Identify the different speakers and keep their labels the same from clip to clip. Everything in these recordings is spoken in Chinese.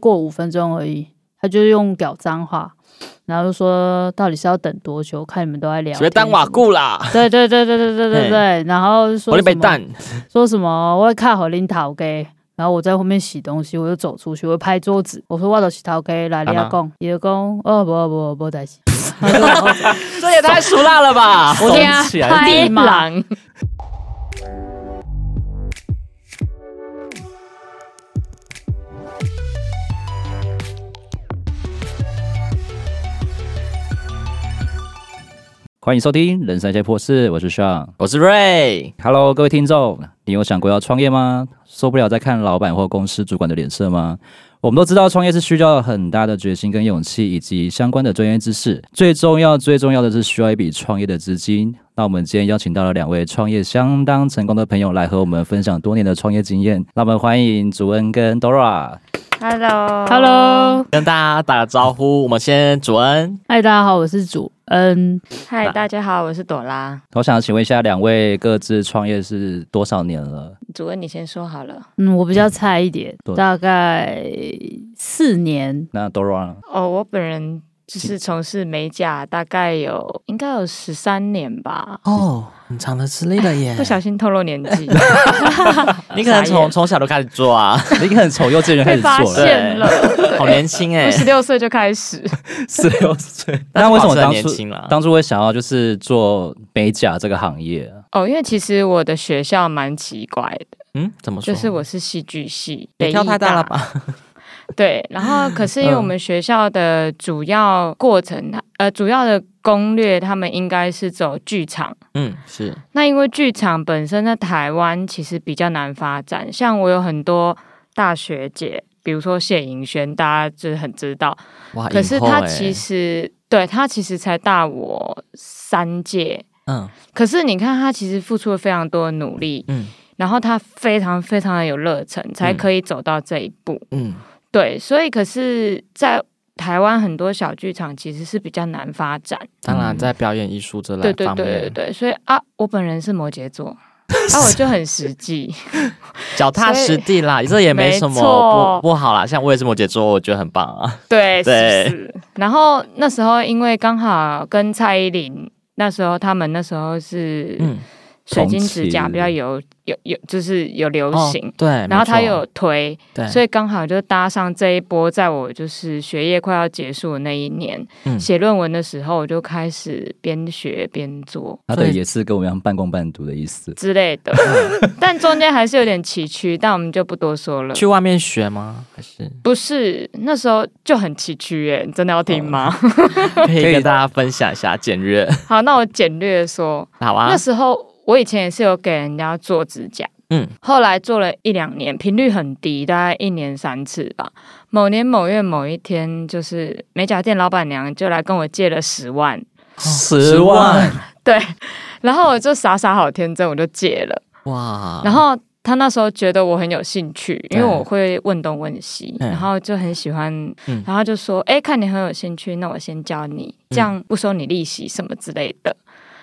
Speaker 1: 过五分钟而已，他就用屌脏话，然后就说到底是要等多久？看你们都在聊，
Speaker 2: 随便当瓦。固啦，
Speaker 1: 对对对对对对对对，然后就说
Speaker 2: 我的
Speaker 1: 什
Speaker 2: 被
Speaker 1: 么
Speaker 2: 蛋，
Speaker 1: 说什么我会看好林桃给，然后我在后面洗东西，我就走出去，我就拍桌子，我说我都洗桃给来你
Speaker 2: 干
Speaker 1: 阿
Speaker 2: 嘛
Speaker 1: 公，伊就讲哦不不不代志，
Speaker 2: 这
Speaker 3: 哎
Speaker 2: 也 太俗辣了吧！
Speaker 1: 我听
Speaker 3: 耸起来
Speaker 1: 太
Speaker 3: 槟
Speaker 1: 忙，
Speaker 3: 榔，
Speaker 4: 欢迎收听《人生解剖室》，我是 Sean。
Speaker 2: 我是 Ray，
Speaker 4: Hello，各位听众，你有想过要创业吗？受不了在看老板或公司主管的脸色吗？我们都知道，创业是需要很大的决心跟勇气，以及相关的专业知识。最重要、最重要的是需要一笔创业的资金。那我们今天邀请到了两位创业相当成功的朋友来和我们分享多年的创业经验。那我们欢迎祖恩跟 Dora。
Speaker 1: Hello，
Speaker 2: 跟大家打个招呼。我们先主恩，
Speaker 1: 嗨，大家好，我是主恩，
Speaker 3: 嗨，大家好，我是朵拉。
Speaker 4: 我想请问一下，两位各自创业是多少年了？
Speaker 3: 主任，你先说好了。
Speaker 1: 嗯，我比较菜一点
Speaker 4: 对，
Speaker 1: 大概四年，
Speaker 4: 那 Dora 呢？
Speaker 3: 哦，我本人就是从事美甲，大概有应该有十三年吧。
Speaker 2: 哦，很长的资历了耶
Speaker 3: 不小心透露年纪，
Speaker 2: 哎 你可能
Speaker 3: 傻
Speaker 2: 从
Speaker 3: 眼
Speaker 2: 从小就开始做 啊，
Speaker 4: 你很从幼稚园开
Speaker 3: 被
Speaker 4: 始
Speaker 3: 发
Speaker 4: 做了。
Speaker 3: 现了。
Speaker 2: 好年轻哎
Speaker 3: 我， 十六岁就开始，
Speaker 4: 四六岁。
Speaker 2: 但是
Speaker 4: 那为什
Speaker 2: 保持
Speaker 4: 么
Speaker 2: 得
Speaker 4: 当
Speaker 2: 年
Speaker 4: 初
Speaker 2: 轻啦
Speaker 4: 当初会想要就是做美甲这个行业？
Speaker 3: 哦，因为其实我的学校蛮奇怪的，
Speaker 2: 嗯，怎么说？
Speaker 3: 就是我是戏剧系，
Speaker 2: 你
Speaker 3: 北
Speaker 2: 跳
Speaker 3: 艺
Speaker 2: 太大了吧？嗯
Speaker 3: 对，然后可是因为我们学校的主要过程，呃，主要的攻略，他们应该是走剧场。
Speaker 2: 嗯，是
Speaker 3: 那因为剧场本身在台湾其实比较难发展，像我有很多大学姐，比如说谢盈萱，大家就是很知道，
Speaker 2: 哇，
Speaker 3: 可是
Speaker 2: 影后
Speaker 3: 她
Speaker 2: 哎
Speaker 3: 其实对她其实才大我三届，
Speaker 2: 嗯
Speaker 3: 可是你看她其实付出了非常多的努力，
Speaker 2: 嗯
Speaker 3: 然后她非常非常的有热忱，才
Speaker 2: 嗯
Speaker 3: 可以走到这一步。
Speaker 2: 嗯，
Speaker 3: 对，所以可是，在台湾很多小剧场其实是比较难发展，
Speaker 2: 当然
Speaker 4: 嗯
Speaker 2: 在表演艺术这
Speaker 3: 对
Speaker 2: 类
Speaker 3: 对
Speaker 2: 方
Speaker 3: 对对
Speaker 2: 面，
Speaker 3: 对，所以啊，我本人是摩 羯座，啊，我就很实际，
Speaker 2: 脚踏实地啦，这也没什
Speaker 3: 没错
Speaker 2: 么不不好啦。像我也是摩羯座，我觉得很棒啊。
Speaker 3: 对，
Speaker 2: 对
Speaker 3: 是不是？然后那时候因为刚好跟蔡依林那时候他们那时候是
Speaker 2: 嗯，
Speaker 3: 水
Speaker 4: 同
Speaker 3: 晶指甲
Speaker 4: 期
Speaker 3: 比较有有有就是有流
Speaker 2: 哦
Speaker 3: 行，
Speaker 2: 对，
Speaker 3: 然后他
Speaker 2: 没错
Speaker 3: 有推，
Speaker 2: 对，
Speaker 3: 所
Speaker 2: 以
Speaker 3: 以刚好就搭上这一波，在我就是学业快要结束的那一年，
Speaker 2: 嗯
Speaker 3: 写论文的时候，我就开始边学边做
Speaker 4: 他
Speaker 2: 所以
Speaker 4: 的也是跟我们一样半工半读的意思。
Speaker 3: 之类的，
Speaker 2: 嗯
Speaker 3: 但中间还是有点崎岖，但我们就不多说了。
Speaker 2: 去外面学吗？还 是
Speaker 3: 不是那时候就很崎岖耶，你真的要听吗？
Speaker 2: 哦可以
Speaker 4: 可以
Speaker 2: 跟大家分享一下简略？
Speaker 3: 好，那我简略说，
Speaker 2: 好啊
Speaker 3: 那，时候我以前也是有给人家做指甲，
Speaker 2: 嗯，
Speaker 3: 后来做了一两年，频率很低，大概一年三次吧。某年某月某一天，就是美甲店老板娘就来跟我借了十万，
Speaker 4: 十
Speaker 2: 万
Speaker 3: 对，然后我就傻傻好天真，我就借了。
Speaker 2: 哇，
Speaker 3: 然后他那时候觉得我很有兴趣，因为
Speaker 2: 啊对
Speaker 3: 我会问东问西，
Speaker 2: 嗯
Speaker 3: 然后就很喜欢，
Speaker 2: 嗯
Speaker 3: 然后就说：“哎，看你很有兴趣，那我先教你，
Speaker 2: 嗯
Speaker 3: 这样不收你利息什么之类的。”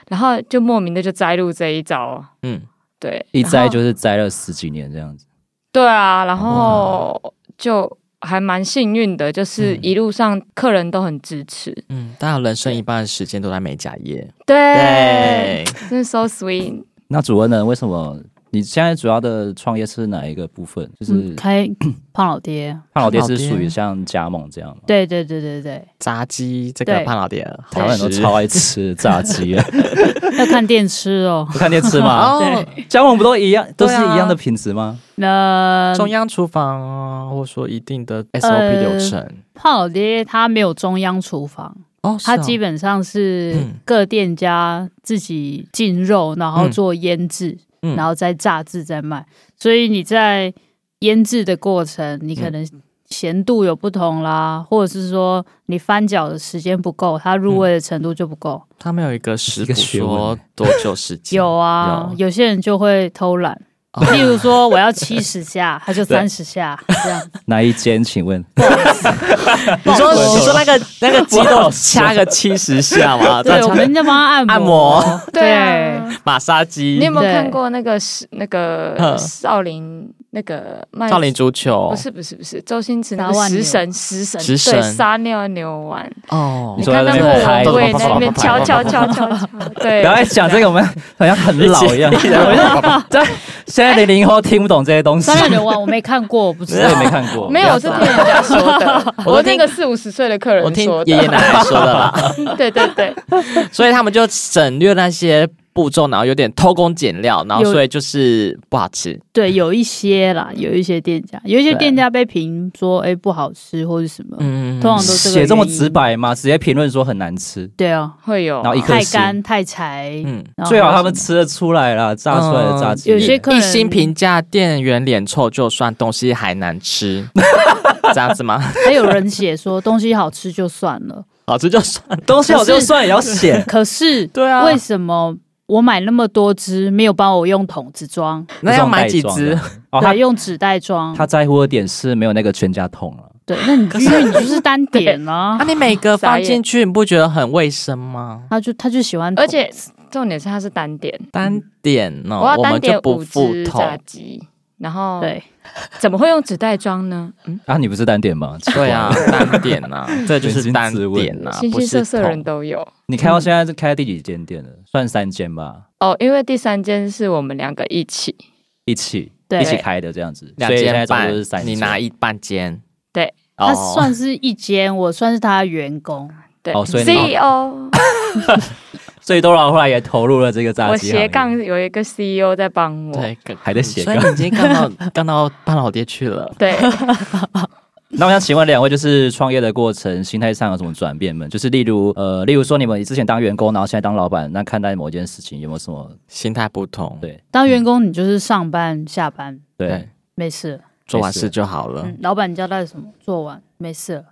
Speaker 3: 然后就莫名的就摘录这一招，
Speaker 2: 嗯，
Speaker 3: 对，
Speaker 4: 一
Speaker 3: 然
Speaker 4: 栽
Speaker 3: 后
Speaker 4: 就是栽了十几年这样子，
Speaker 3: 对啊，然后就还蛮幸运的，就是
Speaker 2: 嗯
Speaker 3: 一路上客人都很支持，
Speaker 2: 嗯，大家人生一半的时间都在美甲业。
Speaker 3: 对，，真是 so sweet。
Speaker 4: 那主任呢？为什么你现在主要的创业是哪一个部分？就是
Speaker 1: 嗯开 胖老爹，
Speaker 4: 胖老爹
Speaker 2: 胖老
Speaker 4: 是
Speaker 2: 爹
Speaker 4: 属于像加盟这样吗？
Speaker 1: 对对对对对，
Speaker 2: 炸鸡这个
Speaker 1: 对
Speaker 2: 胖老爹，
Speaker 4: 台湾人都超爱吃炸鸡，
Speaker 1: 要看店吃哦，
Speaker 4: 不看店吃吗？
Speaker 2: 哦，
Speaker 4: 加盟不都一样，都是
Speaker 2: 对啊
Speaker 4: 一样的品质吗？
Speaker 1: 那
Speaker 3: 嗯
Speaker 2: 中央厨房啊，或者说一定的
Speaker 3: 呃
Speaker 2: SOP 流程。
Speaker 1: 胖老爹他没有中央厨房，
Speaker 2: 哦，
Speaker 1: 他基
Speaker 2: 本
Speaker 1: 本上是
Speaker 2: 嗯
Speaker 1: 各店家自己进肉，然后
Speaker 2: 嗯
Speaker 1: 做腌制，
Speaker 2: 嗯
Speaker 1: 然后再炸制再卖。所以你在腌制的过程，你可
Speaker 2: 嗯
Speaker 1: 能咸度有不同啦，或者是说你翻搅的时间不够，它入味的程度就不够。
Speaker 2: 他们有一个食
Speaker 4: 一
Speaker 2: 谱
Speaker 4: 个学问
Speaker 2: 说多久时间？
Speaker 1: 有啊，有些人就会偷懒。
Speaker 2: 哦
Speaker 1: 例如说，我要七十下，他就三十下，这样
Speaker 4: 哪一间？请问？
Speaker 2: 你说
Speaker 1: 不好说
Speaker 2: 你说那个那个肌肉掐个七十下
Speaker 4: 啊
Speaker 2: 嘛？
Speaker 1: 对，
Speaker 2: 再
Speaker 1: 我
Speaker 2: 掐
Speaker 1: 们就帮他按摩。
Speaker 2: 按摩
Speaker 3: 对啊，
Speaker 2: 马杀鸡
Speaker 3: 你有没有
Speaker 1: 对
Speaker 3: 看过那个是那个
Speaker 2: 嗯
Speaker 3: 少林那个卖
Speaker 2: 少林足球
Speaker 3: 不是不是不是，周星驰那
Speaker 1: 撒
Speaker 3: 个
Speaker 1: 万
Speaker 3: 食
Speaker 1: 牛
Speaker 3: 神食神
Speaker 2: 食
Speaker 3: 对
Speaker 2: 神
Speaker 3: 撒尿牛丸，
Speaker 2: 哦
Speaker 4: 你
Speaker 3: 你
Speaker 4: 说
Speaker 3: 看
Speaker 4: 在
Speaker 3: 那
Speaker 4: 那
Speaker 3: 个
Speaker 4: 边
Speaker 3: 我
Speaker 4: 拍
Speaker 3: 对那边敲敲敲敲敲，对，
Speaker 4: 不要再讲这个，我们好像很老一样。我就在现在零零后听不懂这些东西
Speaker 1: 三，六牛丸我没看过，我不知
Speaker 4: 我也
Speaker 1: 道。
Speaker 4: 没看过。
Speaker 3: 没有，我是听人家说的，
Speaker 2: 我
Speaker 3: 我
Speaker 2: 听
Speaker 3: 那个四五十岁的客
Speaker 2: 我
Speaker 3: 人
Speaker 2: 听
Speaker 3: 说
Speaker 2: 爷
Speaker 3: 的，
Speaker 2: 爷奶奶说的啦，
Speaker 3: 对对对，
Speaker 2: 所以他们就省略那些步骤，然后有点偷工减料，然后
Speaker 1: 有
Speaker 2: 所以就是不好吃。
Speaker 1: 对，有一些啦，有一些店家，有一些店家被评说哎不好吃或者什么。
Speaker 2: 嗯，
Speaker 1: 通常都这个
Speaker 4: 写这么
Speaker 1: 原因
Speaker 4: 直白吗？直接评论说很难吃，
Speaker 1: 对啊，
Speaker 3: 会有
Speaker 4: 然后一颗
Speaker 1: 太
Speaker 4: 星，
Speaker 1: 干太柴，
Speaker 2: 嗯，
Speaker 1: 然后
Speaker 4: 最好他
Speaker 1: 还有
Speaker 4: 们
Speaker 1: 什么
Speaker 4: 吃得出来啦，炸出来的炸鸡。
Speaker 1: 有些客
Speaker 2: 一
Speaker 1: 人
Speaker 2: 星评价店员脸臭，就算东西还难吃，这样子吗？
Speaker 1: 还有人写说东西好吃就算 了，。
Speaker 2: 好吃就算了。
Speaker 4: 东西好就算也要写
Speaker 1: 可是
Speaker 2: 对啊
Speaker 1: 为什么我买那么多只没有帮我用桶子装，
Speaker 2: 那要买几
Speaker 4: 这
Speaker 2: 只啊
Speaker 4: 种袋？装的？哦，
Speaker 1: 对，
Speaker 4: 他
Speaker 1: 用纸袋装？
Speaker 4: 他在乎的点是没有那个全家桶啊了。
Speaker 1: 对，那你因为你就是单点啊
Speaker 2: 啊，，你每个
Speaker 3: 傻
Speaker 2: 放
Speaker 3: 眼
Speaker 2: 进去，你不觉得很卫生吗？
Speaker 1: 他就他就喜欢桶，
Speaker 3: 而且重点是它是单点，
Speaker 2: 单点哦，
Speaker 3: 我要单
Speaker 2: 们就
Speaker 3: 点
Speaker 2: 不
Speaker 3: 五
Speaker 2: 付
Speaker 3: 只
Speaker 2: 头。
Speaker 3: 炸鸡，然后
Speaker 1: 对，
Speaker 3: 怎么会用纸袋装呢？
Speaker 4: 啊，你不是单 点吗？奇怪
Speaker 2: 对啊，，单点啊，这就是单点啊，
Speaker 3: 形
Speaker 2: 不
Speaker 3: 形色
Speaker 2: 是
Speaker 3: 色人
Speaker 2: 桶。
Speaker 3: 都有
Speaker 4: 你开到现在是开第几间店了？算三间吧，
Speaker 3: 哦，因为第三间是我们两个一起，
Speaker 4: 一起
Speaker 1: 对
Speaker 4: 一起开的这样子，
Speaker 2: 两
Speaker 4: 所以现
Speaker 2: 间
Speaker 4: 在总共
Speaker 2: 半
Speaker 4: 就是三，间。
Speaker 2: 你拿一半间，
Speaker 3: 对，
Speaker 1: 他
Speaker 2: 哦
Speaker 1: 算是一间，我算是他的员工，
Speaker 3: 对 E
Speaker 4: 哦所以你
Speaker 3: CEO，
Speaker 4: 所以多朗后来也投入了这个炸鸡
Speaker 3: 我
Speaker 4: 行业。
Speaker 3: 斜杠有一个 CEO 在帮我，
Speaker 2: 对，干
Speaker 4: 还在斜
Speaker 2: 所以
Speaker 4: 杠
Speaker 2: 你已经干到干到半老爹去了。
Speaker 3: 对，
Speaker 4: 那我想请问两位，就是创业的过程，心态上有什么转变吗？就是例如，呃，例如说你们之前当员工，然后现在当老板，那看待某件事情有没有什么
Speaker 2: 心态不同，
Speaker 4: 对
Speaker 1: 当员工你就是上班下班
Speaker 4: 对
Speaker 2: 对？
Speaker 1: 没事了，
Speaker 2: 做完
Speaker 4: 没事
Speaker 2: 事就好了
Speaker 1: 嗯，，老板交代什么做完没事了，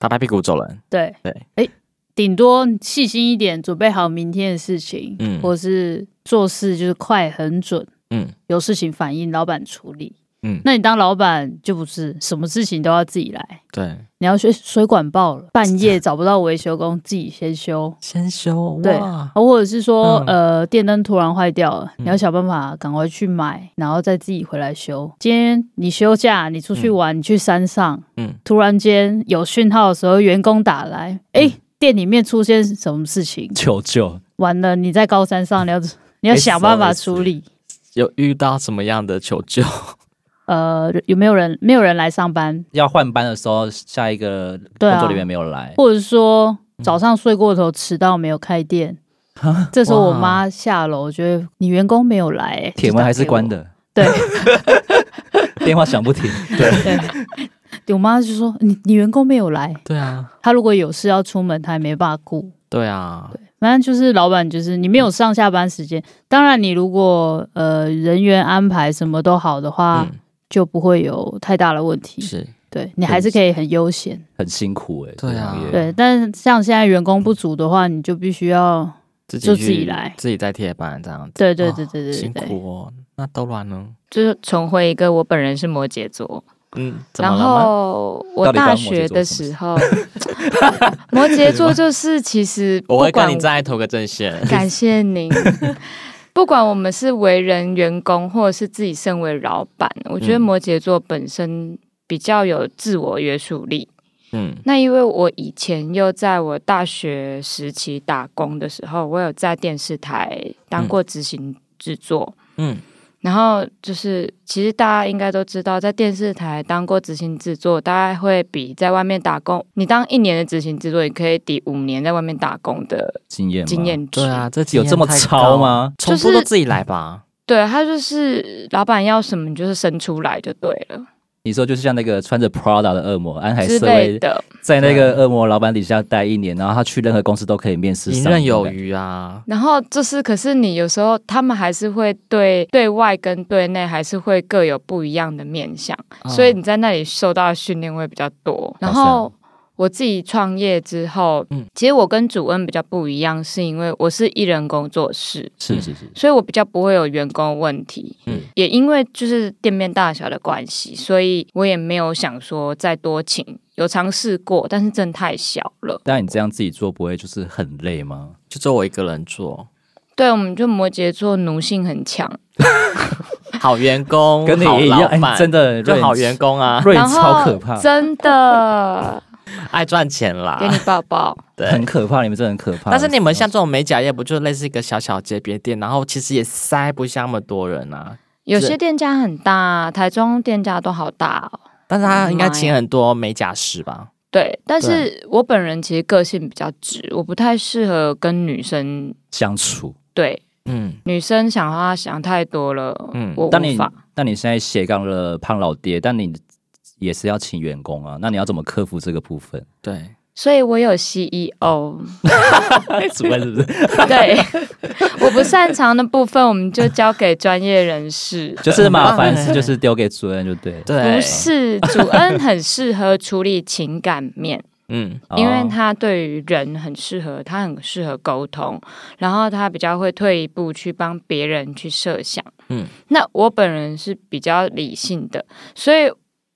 Speaker 2: 拍拍屁股走人。
Speaker 1: 对
Speaker 2: 对，
Speaker 1: 哎，顶多细心一点，准备好明天的事情，
Speaker 2: 嗯
Speaker 1: 或是做事就是快很准，
Speaker 2: 嗯，
Speaker 1: 有事情反映老板处理，
Speaker 2: 嗯
Speaker 1: 那你当老板就不是什么事情都要自己来。
Speaker 2: 对，
Speaker 1: 你要学水管爆了，半夜找不到维修工，自己先修。
Speaker 2: 先修
Speaker 1: 对
Speaker 2: 哇，
Speaker 1: 啊，或者是说，
Speaker 2: 嗯
Speaker 1: 呃，电灯突然坏掉了，
Speaker 2: 嗯
Speaker 1: 你要想办法赶快去买，然后再自己回来修。今天你休假，你出去
Speaker 2: 嗯
Speaker 1: 玩，你去山上，
Speaker 2: 嗯
Speaker 1: 突然间有讯号的时候，员工打来，哎、
Speaker 2: 嗯
Speaker 1: 店里面出现什么事情？
Speaker 4: 求救？
Speaker 1: 完了，你在高山上，你要你要想办法处理。
Speaker 2: 有遇到什么样的求救？
Speaker 1: 呃，有没有人没有人来上班，
Speaker 4: 要换班的时候，下一个
Speaker 1: 对啊
Speaker 4: 工作人员没有来，
Speaker 1: 或者
Speaker 2: 嗯
Speaker 1: 说早上睡过头迟到没有开店。这时候我
Speaker 2: 哇
Speaker 1: 妈下楼，觉得你员工没有来、欸
Speaker 4: 铁门还是关。
Speaker 1: 就打给我
Speaker 4: 的，
Speaker 1: 对，
Speaker 4: 电话响不停。
Speaker 1: 对我妈就说：“你你员工没有来，
Speaker 2: 对啊，
Speaker 1: 他如果有事要出门，他也没办法顾。
Speaker 2: 对啊，
Speaker 1: 反正就是老板，就是你没有上下班时间。当然，你如果呃人员安排什么都好的话，
Speaker 2: 嗯，
Speaker 1: 就不会有太大的问题。
Speaker 2: 是
Speaker 1: 对你还是可以很悠闲。
Speaker 4: 很辛苦哎、欸，
Speaker 2: 对啊
Speaker 4: 这个行业
Speaker 1: 对，但是像现在员工不足的话，你就必须要
Speaker 2: 自己
Speaker 1: 就自己
Speaker 2: 去
Speaker 1: 来
Speaker 2: 自己在贴板这样子。
Speaker 1: 对对
Speaker 2: 哦
Speaker 1: 对对对
Speaker 2: 辛
Speaker 1: 对
Speaker 2: 苦哦。那豆卵呢？
Speaker 3: 就是重回一个我本人是摩羯座，
Speaker 2: 嗯，怎么
Speaker 3: 然
Speaker 2: 了吗？
Speaker 3: 后
Speaker 4: 到
Speaker 3: 我
Speaker 4: 底关
Speaker 3: 大
Speaker 4: 摩羯
Speaker 3: 学
Speaker 4: 座
Speaker 3: 的
Speaker 4: 什么
Speaker 3: 时候， 摩羯座就是其实不
Speaker 2: 我会
Speaker 3: 管
Speaker 2: 跟你站在同个阵 线。
Speaker 3: 感谢您。 不管我们是为人员工，或者是自己身为老板，我觉得
Speaker 2: 嗯
Speaker 3: 摩羯座本身比较有自我约束力。
Speaker 2: 嗯
Speaker 3: 那因为我以前又在我大学时期打工的时候，我有在电视台当过执行制作。
Speaker 2: 嗯
Speaker 3: 然后就是，其实大家应该都知道，在电视台当过执行制作，大概会比在外面打工。你当一年的执行制作，你可以抵五年在外面打工的
Speaker 4: 经验吗
Speaker 3: 经，验值。
Speaker 2: 对啊，这
Speaker 4: 有这么超吗？
Speaker 2: 全
Speaker 3: 就
Speaker 2: 部
Speaker 3: 是
Speaker 2: 都自己来吧。
Speaker 3: 对，他就是老板要什么你就是生出来就对了
Speaker 4: 你说就是像那个穿着 Prada 的恶魔安海
Speaker 3: 之
Speaker 4: 瑟
Speaker 3: 类
Speaker 4: 薇，
Speaker 3: 的。
Speaker 4: 在
Speaker 2: 啊
Speaker 4: 那个恶魔老板底下待一年，然后他去任何公司都可以面试
Speaker 2: 游
Speaker 4: 上，
Speaker 2: 刃有。余啊。
Speaker 3: 然后就是，可是你有时候他们还是会对对外跟对内还是会各有不一样的面向，所以你在那里受到的训练会比较多。然后我自己创业之后，
Speaker 2: 嗯
Speaker 3: 其实我跟主恩比较不一样，是因为我是一人工作室，
Speaker 4: 是是是，
Speaker 3: 所以我比较不会有员工问题。
Speaker 2: 嗯
Speaker 3: 也因为就是店面大小的关系，所以我也没有想说再多请，有尝试过，但是真的太小了。
Speaker 4: 但你这样自己做不会就是很累吗？
Speaker 2: 就只有我一个人做，
Speaker 3: 对，我们就摩羯座奴性很强，
Speaker 2: 好员工，
Speaker 4: 跟你
Speaker 2: 哦好
Speaker 4: 一样，
Speaker 2: 老
Speaker 4: 哎、
Speaker 2: 板，
Speaker 4: 真的
Speaker 2: 就好员
Speaker 4: 圆，
Speaker 2: 工啊，
Speaker 4: 瑞
Speaker 3: 然
Speaker 4: 超可
Speaker 3: 后
Speaker 4: 怕，
Speaker 3: 真 的
Speaker 2: 爱赚钱
Speaker 3: 给
Speaker 2: 啦
Speaker 3: 你。抱抱，
Speaker 4: 很
Speaker 2: 对，
Speaker 4: 可怕，你们真的很可怕。
Speaker 2: 但是你们像这种美甲业，不就类似一个小小街边店，然后其实也塞不下那么多人啊。
Speaker 3: 有些店家很大，台中店家都好大哦。
Speaker 2: 但是他应该请很多美甲师吧？
Speaker 3: 对，但是我本人其实个性比较直，我不太适合跟女生
Speaker 4: 相处，
Speaker 3: 对
Speaker 2: 嗯，
Speaker 3: 女生想话想太多了，
Speaker 2: 嗯
Speaker 3: 我
Speaker 4: 但
Speaker 3: 无
Speaker 4: 你
Speaker 3: 法。
Speaker 4: 但你现在斜杠了胖老爹，但你也是要请员工啊，那你要怎么克服这个 部分？
Speaker 2: 对，
Speaker 3: 所以我有 E CEO，
Speaker 4: 主任是不是？
Speaker 3: 对，我不擅长的部分我们就交给专业人士。
Speaker 4: 就是麻烦事就是丢给主任就对了。
Speaker 2: 对，
Speaker 3: 不，是，主恩很适合处理情感面，
Speaker 2: 嗯，
Speaker 4: 哦
Speaker 3: 因为他对于人很适合，他很适合沟通，然后他比较会退一步去帮别人去设想。
Speaker 2: 嗯
Speaker 3: 嗯，那我本人是比较理性的，所以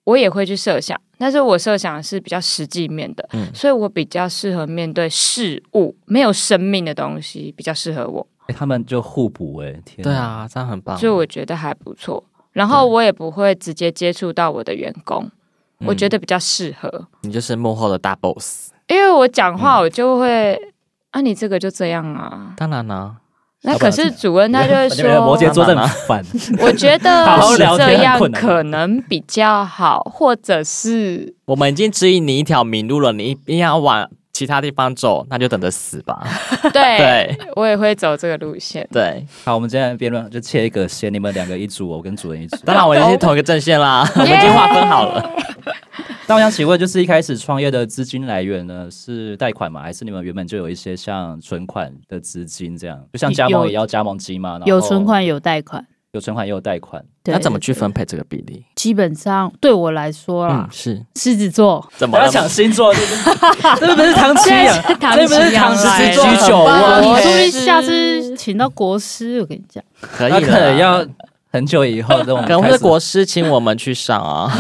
Speaker 3: 我也会去设想，但是我设想是比较实际面的，
Speaker 2: 嗯
Speaker 3: 所以我比较适合面对事物，没有生命的东西比较适合我，
Speaker 4: 哎他们就互补哎、天哪
Speaker 2: 对，啊，这样很棒。
Speaker 3: 所以我觉得还不错。然
Speaker 4: 嗯
Speaker 3: 后我也不会直接接触到我的员工，
Speaker 2: 嗯
Speaker 3: 我觉得比较适合，
Speaker 2: 你就是幕后的大 boss。
Speaker 3: 因为我讲
Speaker 4: 嗯
Speaker 3: 话我就会、啊，你这个就这样啊，
Speaker 2: 当然啦，
Speaker 3: 那可是主 任他就会
Speaker 4: 我觉得摩羯
Speaker 3: 说，
Speaker 4: 座真的很烦，
Speaker 3: 我觉得
Speaker 4: 好好
Speaker 3: 是
Speaker 4: 聊天
Speaker 3: 这样
Speaker 4: 很困难
Speaker 3: 可能比较好，或 者是
Speaker 2: 我们已经指引你一条明路了，你一定要往其他地方走，那就等着死吧。
Speaker 3: 对，
Speaker 2: 对
Speaker 3: 我也会走这个路线。
Speaker 2: 对，
Speaker 4: 好，我们今天的辩论就切一个先，你们两个一组，我跟主任一组。
Speaker 2: 当然我已经是同一个阵线 啦，我们已经划分好了。
Speaker 4: 那我想请问，就是一开始创业的资金来源呢，是贷款吗？还是你们原本就有一些像存款的资金这样？就像加盟
Speaker 1: 有
Speaker 4: 也要加盟金嘛，然后
Speaker 1: 有存款有贷款，
Speaker 4: 有存款也有贷 款，
Speaker 1: 对，
Speaker 2: 那怎么去分配这个比例？
Speaker 1: 基本上对我来说啦
Speaker 2: 嗯，，是
Speaker 1: 狮子座
Speaker 2: 怎么
Speaker 4: 不要
Speaker 2: 了？
Speaker 4: 讲星座，这个 这不是唐七啊
Speaker 3: 现在
Speaker 4: 阳
Speaker 3: 是，唐
Speaker 4: 这不是
Speaker 3: 奇阳
Speaker 4: 唐七
Speaker 3: 来
Speaker 4: 阳
Speaker 3: 了
Speaker 4: 居酒
Speaker 3: 哇
Speaker 4: 窝，
Speaker 1: 你
Speaker 3: 我
Speaker 1: 说不定
Speaker 3: 是
Speaker 1: 下次请到国师，我跟你讲，
Speaker 2: 可以
Speaker 4: 那
Speaker 2: 了，
Speaker 4: 可能要很久以后，等我
Speaker 2: 可
Speaker 4: 们
Speaker 2: 能
Speaker 4: 开
Speaker 2: 会
Speaker 4: 始
Speaker 2: 国师请我们去上 啊。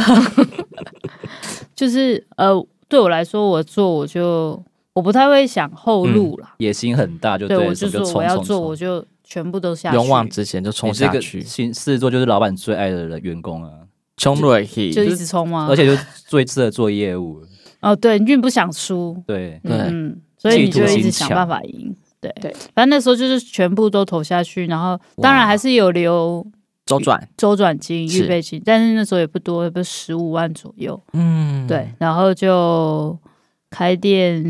Speaker 1: 就是呃，对我来说，我做我就我不太会想后路啦，
Speaker 4: 野心很大，嗯就
Speaker 1: 对
Speaker 4: 对
Speaker 1: 我
Speaker 4: 了，
Speaker 1: 就
Speaker 4: 什
Speaker 1: 说
Speaker 4: 么就
Speaker 1: 我
Speaker 4: 冲
Speaker 1: 要
Speaker 4: 冲
Speaker 1: 做，我
Speaker 4: 冲。
Speaker 1: 就全部都下去，
Speaker 2: 勇往直前就
Speaker 4: 你
Speaker 2: 冲
Speaker 4: 这
Speaker 2: 下
Speaker 4: 个
Speaker 2: 去，
Speaker 4: 星狮子座就是老板最爱的人员工啊，
Speaker 2: 冲瑞希
Speaker 1: 就一直冲吗
Speaker 4: 而？且就最适合做业务，
Speaker 1: 哦，对，因为不想输，
Speaker 4: 对。
Speaker 2: 对
Speaker 1: 嗯，所以你就一直想办法赢。对
Speaker 3: 对
Speaker 1: 反正那时候就是全部都投下去，然后
Speaker 2: 哇
Speaker 1: 当然还是有留
Speaker 2: 周转，
Speaker 1: 周转金、
Speaker 2: 是
Speaker 1: 预备金，但是那时候也不多，也不十五万左右。
Speaker 2: 嗯，
Speaker 1: 对，，然后就开店，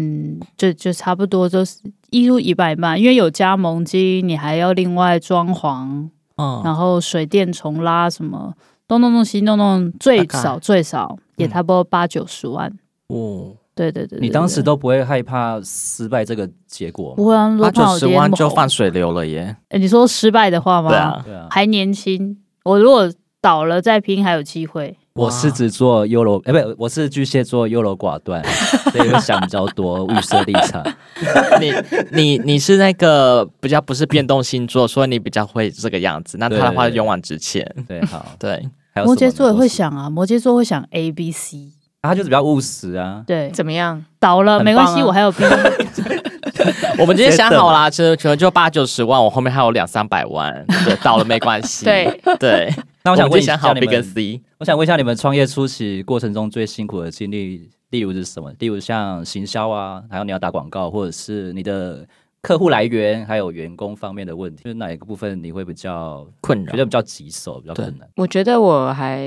Speaker 1: 就就差不多就是一路一百一半，因为有加盟金，你还要另外装潢，
Speaker 2: 嗯，
Speaker 1: 然后水电重拉什么，东弄弄西弄弄，最
Speaker 2: 大概
Speaker 1: 少最少也差不多八九十万。
Speaker 2: 哦，
Speaker 1: 对对对对
Speaker 4: 你当时
Speaker 1: 对
Speaker 4: 都不会害怕失败这个结果吗？
Speaker 1: 不然罗
Speaker 2: 八
Speaker 1: 胖
Speaker 2: 九
Speaker 1: 有
Speaker 2: 十
Speaker 1: 爹那
Speaker 2: 万
Speaker 1: 么
Speaker 2: 就
Speaker 1: 红
Speaker 2: 放水流了耶。
Speaker 1: 诶哎你说失败的话吗？
Speaker 2: 对啊，
Speaker 4: 对啊，
Speaker 1: 还年轻，我如果倒了再拼还有机会。
Speaker 4: 我狮子座优柔，哎，不，我是巨蟹座优柔寡断，所以会想比较多，预设立场。
Speaker 2: 你你你是那个比较不是变动星座，所以你比较会这个样子。那他的话
Speaker 4: 对对对
Speaker 2: 勇往直前，
Speaker 4: 对，好，
Speaker 2: 对，
Speaker 4: 还有
Speaker 1: 摩
Speaker 4: 什么
Speaker 1: 羯
Speaker 4: 呢
Speaker 1: 座也会，想啊，摩羯座会想 A B C，
Speaker 4: 他就是比较务实啊。
Speaker 1: 对，
Speaker 3: 怎么样？
Speaker 1: 倒了
Speaker 4: 很
Speaker 1: 没关系，
Speaker 4: 棒啊
Speaker 1: 我还有 B，
Speaker 2: 我们今天想好啦，其实可能就八九十万，我后面还有两三百万，对，到了没关系。
Speaker 3: 对，
Speaker 2: 对，
Speaker 4: 那我想问
Speaker 2: 们
Speaker 4: 一
Speaker 2: 就
Speaker 4: 下
Speaker 2: 想好
Speaker 4: 你
Speaker 2: B 跟
Speaker 4: 们，
Speaker 2: C，
Speaker 4: 我想问一下你们创业初期过程中最辛苦的经历，例如是什么？例如像行销啊，还有你要打广告，或者是你的客户来源，还有员工方面的问题，就是哪一个部分你会比较
Speaker 2: 困
Speaker 4: 觉得
Speaker 2: 扰
Speaker 4: 比较棘手，比较困难？
Speaker 3: 我觉得我还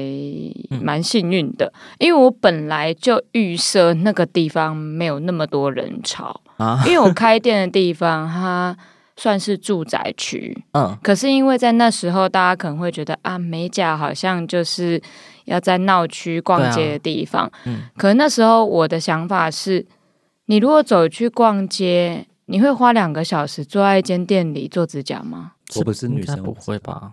Speaker 2: 嗯
Speaker 3: 蛮幸运的，因为我本来就预设那个地方没有那么多人潮，
Speaker 2: 啊，
Speaker 3: 因为我开店的地方它算是住宅区，
Speaker 2: 嗯，
Speaker 3: 可是因为在那时候，大家可能会觉得啊，美甲好像就是要在闹区逛街的地方。
Speaker 2: 啊嗯
Speaker 3: 可那时候我的想法是，你如果走去逛街，你会花两个小时坐在一间店里做指甲吗？
Speaker 4: 我不是女
Speaker 2: 应该
Speaker 4: 生，
Speaker 2: 不会吧？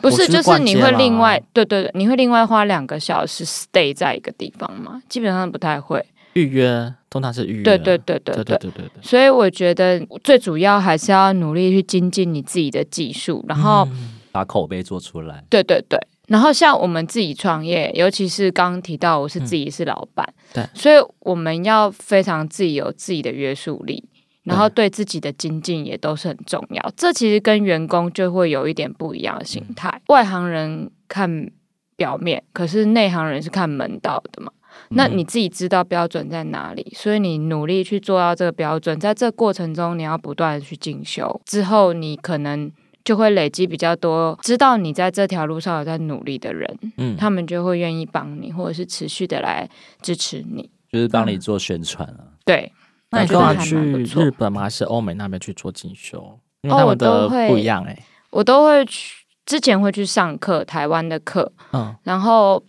Speaker 3: 不
Speaker 2: 我
Speaker 3: 是，
Speaker 2: 去
Speaker 3: 就是
Speaker 2: 逛街
Speaker 3: 你会
Speaker 2: 啦
Speaker 3: 另外，对对对，你会另外花两个小时 stay 在一个地方吗？基本上不太会。
Speaker 2: 预约通常是预约，
Speaker 3: 对对对对
Speaker 2: 对
Speaker 3: 对
Speaker 2: 对。对对对，
Speaker 3: 所以我觉得最主要还是要努力去精进你自己的技术，然后
Speaker 2: 嗯
Speaker 4: 把口碑做出来。
Speaker 3: 对对对。然后像我们自己创业，尤其是刚刚提
Speaker 2: 嗯
Speaker 3: 到我是自己是老板，
Speaker 2: 对
Speaker 3: 所以我们要非常自己有自己的约束力。然后对自己的精进也都是很重要。这其实跟员工就会有一点不一样的心态。外行人看表面，可是内行人是看门道的嘛。那你自己知道标准在哪里，所以你努力去做到这个标准，在这个过程中你要不断的去进修，之后你可能就会累积比较多，知道你在这条路上有在努力的人，
Speaker 2: 嗯，
Speaker 3: 他们就会愿意帮你，或者是持续的来支持你。
Speaker 4: 就是帮你做宣传啊。
Speaker 3: 对，
Speaker 2: 那你
Speaker 3: 觉得
Speaker 2: 刚好
Speaker 3: 还
Speaker 2: 去
Speaker 3: 蛮不错
Speaker 2: 日本吗？还是欧美那边去做进修？因为
Speaker 3: 哦
Speaker 2: 他
Speaker 3: 我
Speaker 2: 们
Speaker 3: 都
Speaker 2: 的
Speaker 3: 会
Speaker 2: 不一样哎、
Speaker 3: 我都会去，之前会去上课，台湾的课，
Speaker 2: 嗯，
Speaker 3: 然后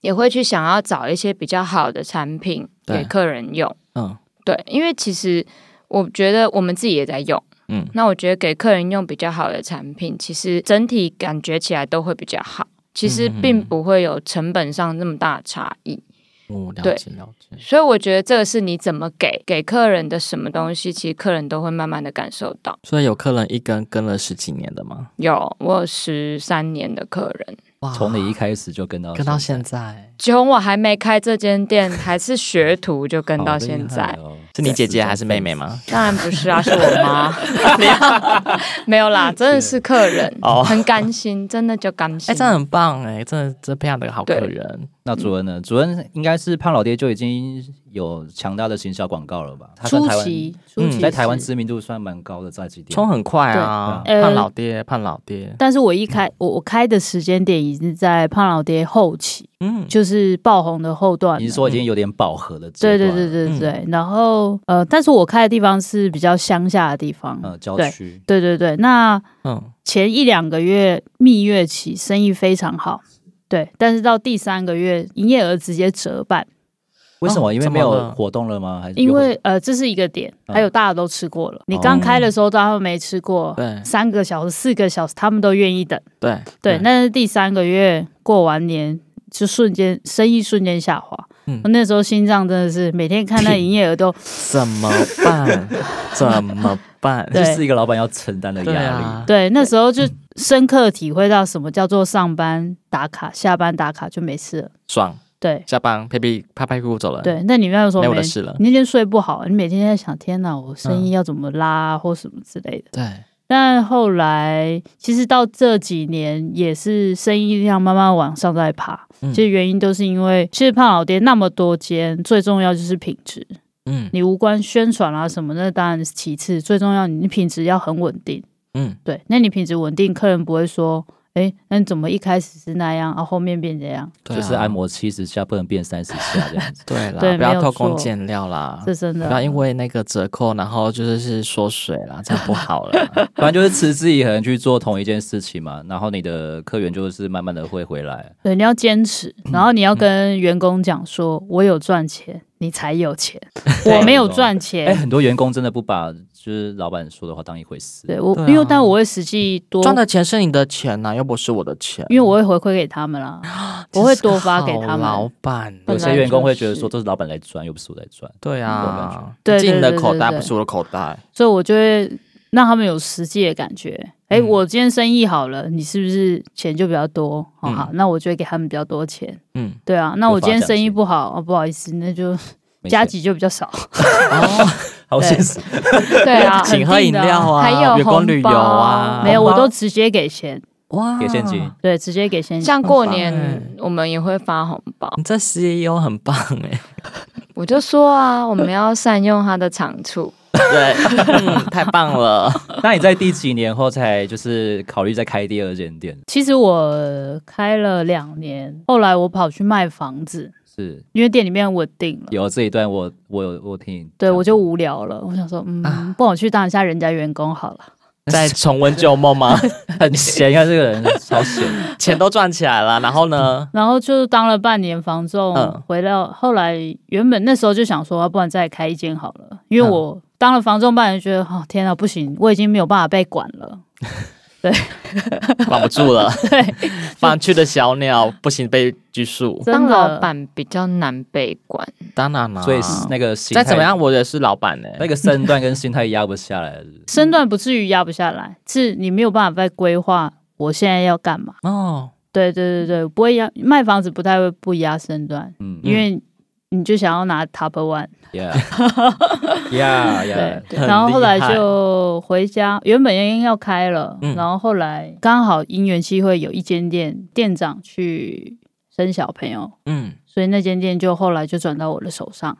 Speaker 3: 也会去想要找一些比较好的产品
Speaker 2: 对
Speaker 3: 给客人用。
Speaker 2: 嗯
Speaker 3: 对，因为其实我觉得我们自己也在用，
Speaker 2: 嗯，
Speaker 3: 那我觉得给客人用比较好的产品，其实整体感觉起来都会比较好。其实
Speaker 2: 嗯
Speaker 3: 并不会有成本上那么大的差异，
Speaker 2: 哦，了
Speaker 3: 对
Speaker 2: 解了解。
Speaker 3: 所以我觉得这个是你怎么给给客人的什么东西，其实客人都会慢慢的感受到。
Speaker 2: 所以有客人一跟跟了十几年的吗？
Speaker 3: 有我有十三年的客人，
Speaker 2: 哇
Speaker 4: 从你一开始就跟到
Speaker 2: 啊跟到现在，
Speaker 3: 从我还没开这间店，还是学徒就跟到现在。
Speaker 4: 好厉害哦
Speaker 2: 是你姐姐还是妹妹吗？
Speaker 3: 当然不是啊，是我妈。没 有，没有啦，真的是客人，
Speaker 2: 哦
Speaker 3: 很甘心，真的就甘心。
Speaker 2: 哎、真的很棒哎、真的真培养的好客
Speaker 3: 对
Speaker 2: 人。
Speaker 4: 那主任呢？主任应该是胖老爹就已经有强大的行销广告了吧？他在
Speaker 1: 初
Speaker 4: 台湾
Speaker 1: 期，初
Speaker 2: 嗯
Speaker 1: 期
Speaker 4: 在台湾
Speaker 1: 是
Speaker 4: 知名度算蛮高的，在几点？
Speaker 2: 冲很快啊，
Speaker 1: 对呃
Speaker 2: 胖老爹，胖老爹，
Speaker 1: 但是我一开我我开的时间点已经在胖老爹后期，
Speaker 2: 嗯，
Speaker 1: 就是爆红的后段了。
Speaker 4: 你是说已经有点饱和的阶
Speaker 1: 对
Speaker 4: 段嗯
Speaker 1: 对
Speaker 4: 了？
Speaker 1: 对
Speaker 4: 对，
Speaker 1: 对对，然后呃，但是我开的地方是比较乡下的地方，
Speaker 4: 呃，郊区
Speaker 1: 对对对。那
Speaker 2: 嗯，
Speaker 1: 前一两个月蜜月期生意非常好，对，但是到第三个月营业额直接折半，
Speaker 4: 为什么？因为
Speaker 2: 怎么
Speaker 4: 没有
Speaker 2: 了
Speaker 4: 活动了吗？还是
Speaker 1: 因为呃这是一个点，
Speaker 4: 嗯哦
Speaker 1: 还有大家都吃过了，你刚开的时候大家没吃过，
Speaker 2: 对
Speaker 1: 三个小时、四个小时他们都愿意等，
Speaker 2: 对
Speaker 1: 对，那是第三个月过完年就瞬间生意瞬间下滑，
Speaker 2: 嗯
Speaker 1: 我那时候心脏真的是每天看那营业额都
Speaker 2: 怎么办？ 怎么办？
Speaker 1: 对
Speaker 4: 这是一个老板要承担的
Speaker 2: 对
Speaker 4: 压力。
Speaker 2: 啊，
Speaker 1: 对，那时候就深刻体会到什么叫做上班打卡、下班打卡就没事了。
Speaker 2: 爽，
Speaker 1: 对
Speaker 2: 下班拍屁拍拍屁股走人，，
Speaker 1: 对，那你那时候
Speaker 2: 没我
Speaker 1: 每
Speaker 2: 的事了。
Speaker 1: 你那天睡不好，你每天在想，天哪，我生意要怎么拉、或什么之类的。
Speaker 2: 对，
Speaker 1: 但后来其实到这几年也是生意量慢慢往上在爬，
Speaker 2: 嗯
Speaker 1: 其实原因都是因为其实胖老爹那么多间，最重要就是品质。
Speaker 2: 嗯
Speaker 1: 你无关宣传啊什么，那当然是其次，最重要你品质要很稳定。
Speaker 2: 嗯，
Speaker 1: 对，那你品质稳定，客人不会说，哎，那你怎么一开始是那样，啊，后面变这样？
Speaker 2: 对啊。
Speaker 4: 就是按，摩七十下不能变三十下这样子
Speaker 2: 对啦，
Speaker 1: 对
Speaker 2: 不
Speaker 1: 没
Speaker 2: 要
Speaker 1: 有
Speaker 2: 偷工
Speaker 1: 错
Speaker 2: 减料啦，
Speaker 1: 这真
Speaker 2: 不要
Speaker 1: 的，
Speaker 2: 因为那个折扣，然后就是是缩水啦，这样不好了。
Speaker 4: 反正就是持之以恒去做同一件事情嘛，然后你的客源就是慢慢的会回来。
Speaker 1: 对，你要坚持，
Speaker 2: 嗯
Speaker 1: 然后你要跟员工讲说，我有赚钱，你才有 钱，我没有赚
Speaker 4: 哎、
Speaker 1: 钱。
Speaker 4: 很多员工真的不把就是老板说的话当一回事。
Speaker 1: 对我
Speaker 2: 对，啊
Speaker 1: 因为但我会实际多，
Speaker 2: 赚的钱是你的钱呐、又不是我的 钱。
Speaker 1: 因为我会回馈给他们啦。我会多发给他
Speaker 2: 啊真是个
Speaker 1: 们
Speaker 2: 好老板，
Speaker 1: 本
Speaker 4: 有
Speaker 1: 来
Speaker 4: 些员工会觉得
Speaker 1: 就是
Speaker 4: 说都是老板来赚，又不是我来赚。
Speaker 2: 对啊
Speaker 4: 啊，
Speaker 1: 对对
Speaker 2: 进你的
Speaker 1: 对
Speaker 2: 口
Speaker 1: 对
Speaker 2: 袋
Speaker 1: 对
Speaker 2: 不是我的口袋。
Speaker 1: 所以我就会让他们有实际的感觉。哎、
Speaker 2: 嗯
Speaker 1: 我今天生意好了，你是不是钱就比较多？好、
Speaker 2: 嗯
Speaker 1: 好，那我就会给他们比较多钱。
Speaker 2: 嗯，
Speaker 1: 对啊，那我今天生意不好，哦、不好意思，那就
Speaker 4: 没
Speaker 1: 加
Speaker 4: 钱
Speaker 1: 几就比较少。
Speaker 4: 好
Speaker 1: 对
Speaker 4: 现实，
Speaker 3: 对啊，
Speaker 2: 请喝
Speaker 1: 很
Speaker 2: 饮
Speaker 1: 定的啊
Speaker 2: 料啊，
Speaker 3: 还有
Speaker 2: 员工旅游
Speaker 3: 红
Speaker 2: 啊
Speaker 3: 包，
Speaker 1: 没有，
Speaker 3: 红
Speaker 1: 我
Speaker 3: 包
Speaker 1: 都直接给钱，
Speaker 2: 哇
Speaker 4: 给现金。
Speaker 1: 对，啊直接给现金。
Speaker 3: 像过
Speaker 2: 很
Speaker 3: 年
Speaker 4: 欸
Speaker 2: 棒
Speaker 3: 我们也会发红包，
Speaker 2: 你这 CEO 很棒哎、
Speaker 3: 我就说啊，我们要善用它的长处。
Speaker 2: 对、嗯，太棒了。
Speaker 4: 那你在第几年后才就是考虑再开第二间店？
Speaker 1: 其实我开了两年，后来我跑去卖房子，
Speaker 4: 是
Speaker 1: 因为店里面稳定了。
Speaker 4: 有这一段我我有我听你讲，
Speaker 1: 对，我就无聊了，我想说，嗯，
Speaker 2: 啊
Speaker 1: 不然我去当一下人家员工好了。
Speaker 2: 在重温旧梦吗？
Speaker 4: 很闲，你看这个人超闲，
Speaker 2: 钱都赚起来了，然后呢？
Speaker 1: 然后就当了半年房仲，
Speaker 2: 嗯
Speaker 1: 回到后来原本那时候就想说，啊不然再开一间好了，因为
Speaker 2: 嗯
Speaker 1: 我当了房仲半年，觉得哦天啊不行，我已经没有办法被管了。
Speaker 2: 管不住 了，
Speaker 1: 对，
Speaker 2: 放去的小鸟不行被拘束。
Speaker 1: 真
Speaker 3: 当
Speaker 1: 的
Speaker 3: 老板比较难被管，
Speaker 2: 当然了，
Speaker 4: 所以是那个心态
Speaker 2: 再怎么样，我也是老板呢、欸
Speaker 4: 那个身段跟心态压不下来了。
Speaker 1: 身段不至于压不下来，是你没有办法再规划我现在要干嘛。
Speaker 2: 哦，
Speaker 1: 对对对对，不会压卖房子不太会不压身段，
Speaker 4: 嗯，
Speaker 1: 因为你就想要拿 top one，
Speaker 2: ，Yeah，Yeah，Yeah，
Speaker 1: 对，然后后来
Speaker 2: 很厉害
Speaker 1: 就回家，原本应该要开了，
Speaker 2: 嗯
Speaker 1: 然后后来刚好因缘机会有一间店店长去生小朋友，
Speaker 2: 嗯，
Speaker 1: 所以那间店就后来就转到我的手上。